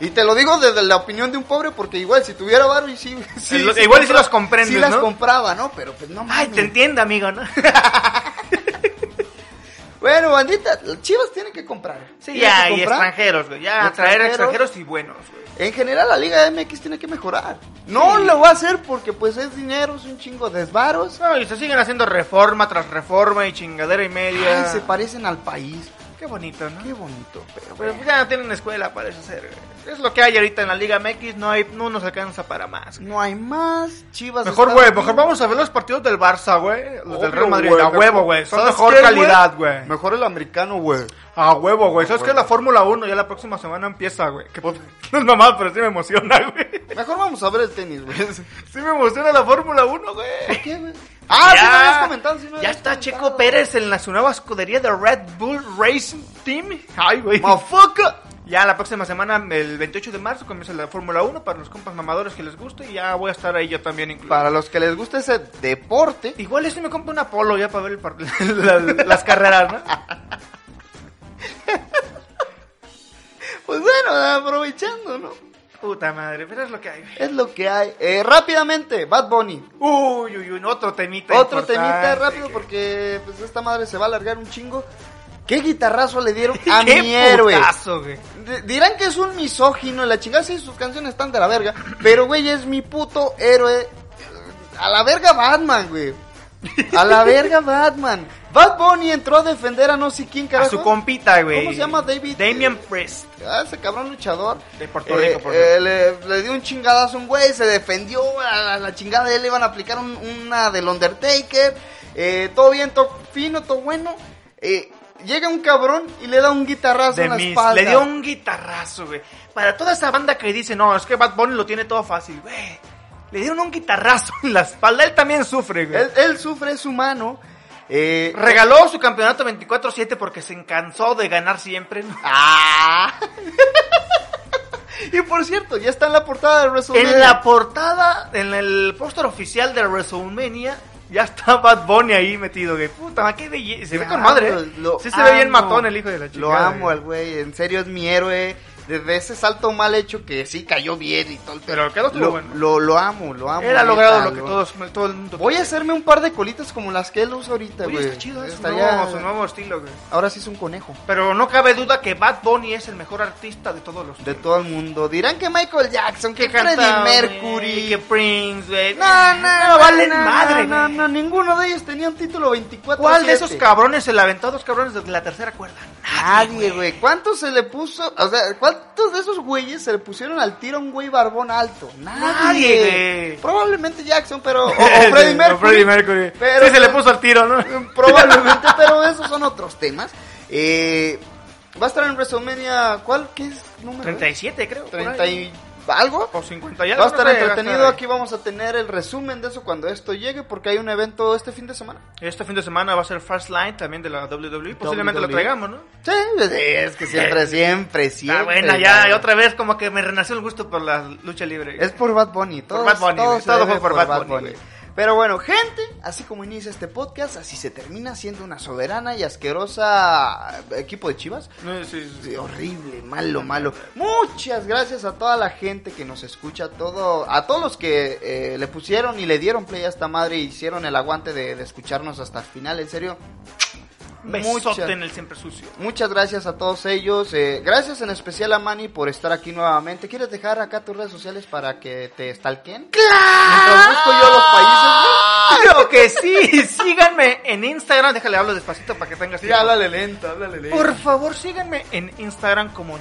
[SPEAKER 1] Y te lo digo desde la opinión de un pobre, porque igual si tuviera varo y sí, [laughs] sí,
[SPEAKER 2] El- Eh, igual y sí
[SPEAKER 1] compra-
[SPEAKER 2] los comprendes,
[SPEAKER 1] sí las
[SPEAKER 2] ¿no?
[SPEAKER 1] compraba, ¿no? Pero pues no
[SPEAKER 2] Ay,
[SPEAKER 1] mames.
[SPEAKER 2] te entiendo, amigo, ¿no?
[SPEAKER 1] Bueno, bandita, Chivas tienen que comprar.
[SPEAKER 2] [laughs] Sí,
[SPEAKER 1] Tienen
[SPEAKER 2] ya,
[SPEAKER 1] que
[SPEAKER 2] y
[SPEAKER 1] comprar.
[SPEAKER 2] extranjeros, güey. Ya,
[SPEAKER 1] Extranjeros.
[SPEAKER 2] traer extranjeros y buenos, güey.
[SPEAKER 1] En general la Liga MX tiene que mejorar. No lo va a hacer porque pues es dinero, es un chingo de esvaros.
[SPEAKER 2] No, y se siguen haciendo reforma tras reforma y chingadera y media.
[SPEAKER 1] Ay, se parecen al país.
[SPEAKER 2] Qué bonito, ¿no?
[SPEAKER 1] Qué bonito, pero, pues,
[SPEAKER 2] Pero
[SPEAKER 1] bueno,
[SPEAKER 2] ya no tienen escuela para eso hacer, güey. Es lo que hay ahorita en la Liga MX, no hay, no nos alcanza para más. güey.
[SPEAKER 1] no hay más chivas.
[SPEAKER 2] Mejor,
[SPEAKER 1] están
[SPEAKER 2] güey,
[SPEAKER 1] bien.
[SPEAKER 2] mejor vamos a ver los partidos del Barça, güey. Los del
[SPEAKER 1] Obvio,
[SPEAKER 2] Real Madrid,
[SPEAKER 1] güey,
[SPEAKER 2] a
[SPEAKER 1] mejor-
[SPEAKER 2] huevo, güey. Son
[SPEAKER 1] ¿Sabes
[SPEAKER 2] mejor
[SPEAKER 1] qué,
[SPEAKER 2] calidad, güey.
[SPEAKER 1] Mejor el americano, güey.
[SPEAKER 2] A huevo, güey. ¿Sabes
[SPEAKER 1] A
[SPEAKER 2] que
[SPEAKER 1] huevo.
[SPEAKER 2] La Fórmula 1 ya la próxima semana empieza, güey. Que, [laughs] no es mamá, pero sí me emociona, güey.
[SPEAKER 1] Mejor vamos a ver el tenis, güey. [laughs]
[SPEAKER 2] Sí me emociona la Fórmula 1, güey.
[SPEAKER 1] ¿Qué, güey? Ah, sí me
[SPEAKER 2] Ya.
[SPEAKER 1] habías comentado, sí me
[SPEAKER 2] Ya
[SPEAKER 1] habías
[SPEAKER 2] está Checo
[SPEAKER 1] comentado.
[SPEAKER 2] Pérez en la su nueva escudería de Red Bull Racing Team. Ay, güey.
[SPEAKER 1] Motherfucker.
[SPEAKER 2] Ya la próxima semana, el 28 de marzo, comienza la Fórmula 1 para los compas mamadores que les guste y ya voy a estar ahí yo también incluido.
[SPEAKER 1] Para los que les gusta ese deporte,
[SPEAKER 2] Igual este me compro una polo ya para ver el par- [laughs] la- las carreras, ¿no?
[SPEAKER 1] pues bueno, aprovechando, ¿no?
[SPEAKER 2] Puta madre, pero es lo que hay. güey.
[SPEAKER 1] Es lo que hay. Eh, rápidamente, Bad Bunny.
[SPEAKER 2] Uy, uy, uy, otro temita
[SPEAKER 1] Otro
[SPEAKER 2] importante.
[SPEAKER 1] temita rápido porque pues esta madre se va a alargar un chingo. ¿Qué guitarrazo le dieron
[SPEAKER 2] [laughs]
[SPEAKER 1] a
[SPEAKER 2] ¡Qué
[SPEAKER 1] mi héroe?
[SPEAKER 2] putazo, güey!
[SPEAKER 1] D- Dirán que es un misógino y la chingada sí, sus canciones están de la verga, pero güey, es mi puto héroe. A la verga Batman, güey. A la verga Batman. Bad Bunny entró a defender a no sé quién
[SPEAKER 2] A
[SPEAKER 1] carajo.
[SPEAKER 2] su compita, güey.
[SPEAKER 1] ¿Cómo se llama? David-
[SPEAKER 2] Damian Priest.
[SPEAKER 1] Ah, ese cabrón luchador.
[SPEAKER 2] De Puerto Rico, por
[SPEAKER 1] eh, le, le dio un chingadazo a un güey, se defendió a la, la chingada de él, le iban a aplicar un- una del Undertaker. eh, todo bien, todo fino, todo bueno. eh, llega un cabrón y le da un guitarrazo
[SPEAKER 2] de
[SPEAKER 1] en la
[SPEAKER 2] Miz.
[SPEAKER 1] espalda.
[SPEAKER 2] Le dio un guitarrazo, güey. Para toda esa banda que dice, no, es que Bad Bunny lo tiene todo fácil, güey. Le dieron un guitarrazo [laughs] en la espalda. Él también sufre, güey.
[SPEAKER 1] Él, él sufre, es humano. Eh,
[SPEAKER 2] Regaló su campeonato 24-7 porque se cansó de ganar siempre. ¿no?
[SPEAKER 1] ¡Ah! [laughs] y por cierto, ya está en la portada de WrestleMania.
[SPEAKER 2] En la portada, en el póster oficial de WrestleMania, ya está Bad Bunny ahí metido, güey. Puta, madre, qué belleza. Se ve con madre.
[SPEAKER 1] Lo- lo
[SPEAKER 2] sí se ve bien
[SPEAKER 1] amo.
[SPEAKER 2] matón el hijo de la chica.
[SPEAKER 1] Lo amo al güey, en serio es mi héroe. Desde ese salto mal hecho que sí cayó bien y todo. Pero
[SPEAKER 2] Pero quedó
[SPEAKER 1] lo,
[SPEAKER 2] bueno.
[SPEAKER 1] lo, lo amo, lo amo.
[SPEAKER 2] Él ha logrado
[SPEAKER 1] neta,
[SPEAKER 2] lo que
[SPEAKER 1] lo-
[SPEAKER 2] todos, todo el mundo.
[SPEAKER 1] Voy a hacerme un par de colitas como las que él usa ahorita,
[SPEAKER 2] Oye,
[SPEAKER 1] güey.
[SPEAKER 2] está chido, es su
[SPEAKER 1] Estaría-
[SPEAKER 2] nuevo, su nuevo estilo, güey.
[SPEAKER 1] Ahora sí es un conejo.
[SPEAKER 2] Pero no cabe duda que Bad Bunny es el mejor artista de todos los
[SPEAKER 1] De todo el mundo. Dirán que Michael Jackson, que,
[SPEAKER 2] que canta,
[SPEAKER 1] Freddie
[SPEAKER 2] güey,
[SPEAKER 1] Mercury.
[SPEAKER 2] que Prince, güey.
[SPEAKER 1] No, no,
[SPEAKER 2] no valen
[SPEAKER 1] no,
[SPEAKER 2] madre,
[SPEAKER 1] No, no,
[SPEAKER 2] güey.
[SPEAKER 1] no, ninguno de ellos tenía un título 24
[SPEAKER 2] ¿Cuál de esos cabrones se le aventó a dos cabrones de la tercera cuerda?
[SPEAKER 1] Nadie, güey. ¿Cuántos se le puso? O sea, ¿cuántos de esos güeyes se le pusieron al tiro a un güey barbón alto? Nadie.
[SPEAKER 2] Nadie, güey.
[SPEAKER 1] Probablemente Jackson, [laughs] pero. O, o Freddie
[SPEAKER 2] [laughs]
[SPEAKER 1] Mercury. Pero-
[SPEAKER 2] sí, se le puso al tiro, ¿no?
[SPEAKER 1] [laughs] Probablemente, pero esos son otros temas. Eh, va a estar en WrestleMania. ¿Cuál? ¿Qué es? Número?
[SPEAKER 2] 37, creo. por
[SPEAKER 1] 30
[SPEAKER 2] ahí.
[SPEAKER 1] y algo.
[SPEAKER 2] O 50 ya.
[SPEAKER 1] Va a
[SPEAKER 2] no
[SPEAKER 1] estar
[SPEAKER 2] sé,
[SPEAKER 1] entretenido.
[SPEAKER 2] hasta-
[SPEAKER 1] Aquí vamos a tener el resumen de eso cuando esto llegue, porque hay un evento este fin de semana.
[SPEAKER 2] Este fin de semana va a ser First Line también de la
[SPEAKER 1] E.
[SPEAKER 2] WWE. Posiblemente lo
[SPEAKER 1] WWE.
[SPEAKER 2] traigamos, ¿no?
[SPEAKER 1] Sí, pues, es que siempre, siempre, siempre.
[SPEAKER 2] Está buena, Eh, ah, ya. Y otra vez como que me renació el gusto por la lucha libre.
[SPEAKER 1] Es por Bad Bunny. Todos,
[SPEAKER 2] Bad Bunny,
[SPEAKER 1] todos
[SPEAKER 2] güey,
[SPEAKER 1] se
[SPEAKER 2] todo
[SPEAKER 1] debe
[SPEAKER 2] fue por Bad Bunny, güey.
[SPEAKER 1] Pero bueno, gente, así como inicia este podcast, así se termina siendo una soberana y asquerosa eh, equipo de Chivas.
[SPEAKER 2] No, sí, sí, sí.
[SPEAKER 1] Sí, horrible, malo, malo. Muchas gracias a toda la gente que nos escucha, a, todo, a todos los que eh, le pusieron y le dieron play a esta madre y hicieron el aguante de, de escucharnos hasta el final, en serio.
[SPEAKER 2] Besote
[SPEAKER 1] Muchas-
[SPEAKER 2] en el siempre sucio.
[SPEAKER 1] Muchas gracias a todos ellos. eh, gracias en especial a Manny por estar aquí nuevamente. ¿Quieres dejar acá tus redes sociales para que te stalkeen? Mientras busco yo los países,
[SPEAKER 2] Claro que sí, [laughs] síganme en Instagram, déjale hablo despacito para que tengas tiempo.
[SPEAKER 1] lento, háblale
[SPEAKER 2] Por favor, síganme en Instagram como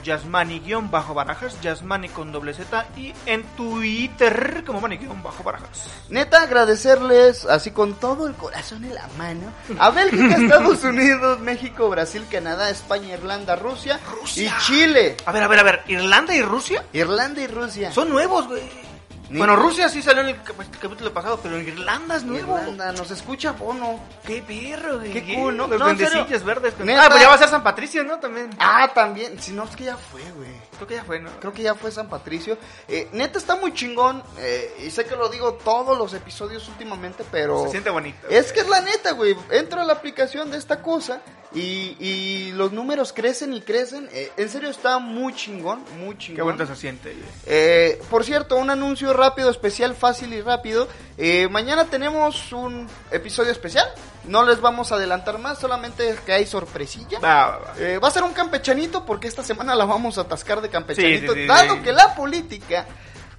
[SPEAKER 2] Yasmani-Barajas, Yasmani con doble Z, y en Twitter como Mani-Barajas.
[SPEAKER 1] Neta, agradecerles así con todo el corazón en la mano a [laughs] Bélgica, Estados Unidos, México, Brasil, Canadá, España, Irlanda, Rusia,
[SPEAKER 2] Rusia.
[SPEAKER 1] y Chile.
[SPEAKER 2] A ver, a ver, a ver, ¿Irlanda y Rusia?
[SPEAKER 1] Irlanda y Rusia.
[SPEAKER 2] Son nuevos, güey.
[SPEAKER 1] Ni-
[SPEAKER 2] Bueno, Rusia sí salió en el cap- capítulo pasado, pero Irlanda es nuevo.
[SPEAKER 1] Irlanda, nos escucha Bono.
[SPEAKER 2] Qué perro, güey.
[SPEAKER 1] Qué cool, ¿no?
[SPEAKER 2] Los
[SPEAKER 1] No, en serio.
[SPEAKER 2] duendecillos verdes. con-
[SPEAKER 1] Neta.
[SPEAKER 2] Ah, pues ya va a ser San Patricio, ¿no? También.
[SPEAKER 1] Ah, también. Si no, es que ya fue, güey.
[SPEAKER 2] Creo que ya fue, ¿no?
[SPEAKER 1] Creo que ya fue San Patricio. Eh, neta, está muy chingón. eh, y sé que lo digo todos los episodios últimamente, pero...
[SPEAKER 2] Se siente bonito.
[SPEAKER 1] Es que es la neta, güey. Entro a la aplicación de esta cosa y, y los números crecen y crecen. Eh, en serio, está muy chingón, muy chingón.
[SPEAKER 2] Qué bonito se siente, güey.
[SPEAKER 1] Eh, por cierto, un anuncio rápido, especial, fácil y rápido. Eh, mañana tenemos un episodio especial. No les vamos a adelantar más, solamente que hay sorpresilla.
[SPEAKER 2] Va, va, va.
[SPEAKER 1] Eh, va a ser un campechanito porque esta semana la vamos a atascar de campechanito.
[SPEAKER 2] Sí, sí, sí,
[SPEAKER 1] dado
[SPEAKER 2] sí.
[SPEAKER 1] que la política,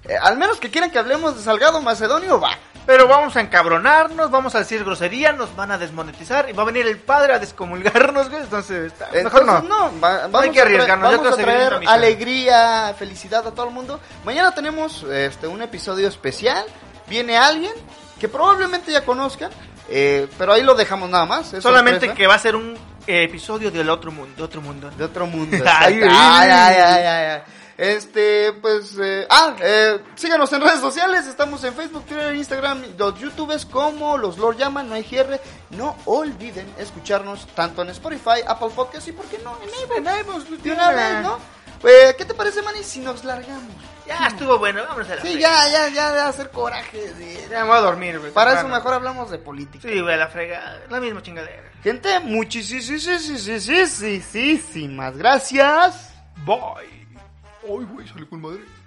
[SPEAKER 1] eh, al menos que quieran que hablemos de Salgado Macedonio, va.
[SPEAKER 2] Pero vamos a encabronarnos, vamos a decir grosería, nos van a desmonetizar y va a venir el padre a descomulgarnos, güey. Entonces, está- mejor no.
[SPEAKER 1] Entonces, va- vamos
[SPEAKER 2] hay que
[SPEAKER 1] a traer-
[SPEAKER 2] arriesgarnos, yo
[SPEAKER 1] vamos a
[SPEAKER 2] creo que se viene
[SPEAKER 1] traer
[SPEAKER 2] una misión.
[SPEAKER 1] alegría, felicidad a todo el mundo. Mañana tenemos este un episodio especial. Viene alguien que probablemente ya conozcan, eh, pero ahí lo dejamos nada más. es
[SPEAKER 2] Solamente
[SPEAKER 1] sorpresa.
[SPEAKER 2] que va a ser un eh, episodio del otro mundo, de otro mundo.
[SPEAKER 1] de otro mundo.
[SPEAKER 2] Ay,
[SPEAKER 1] Ay, ay, ay, ay, ay. Este, pues, eh, ah, eh, síganos en redes sociales, estamos en Facebook, Twitter, Instagram, los YouTubes como los Lord llaman, no hay GR. No olviden escucharnos tanto en Spotify, Apple Podcasts y por qué no en Apple. De una vez, ¿no? Eh, ¿Qué te parece, Manny, si nos largamos?
[SPEAKER 2] Ya estuvo bueno, vámonos a la
[SPEAKER 1] Sí,
[SPEAKER 2] frega.
[SPEAKER 1] ya, ya, ya, de hacer coraje. de-
[SPEAKER 2] Ya me voy a dormir, güey.
[SPEAKER 1] Para eso
[SPEAKER 2] temprano.
[SPEAKER 1] mejor hablamos de política.
[SPEAKER 2] Sí, güey, la frega. La misma chingadera.
[SPEAKER 1] Gente, muchísimas gracias.
[SPEAKER 2] Bye. Ay, güey, sale con madre.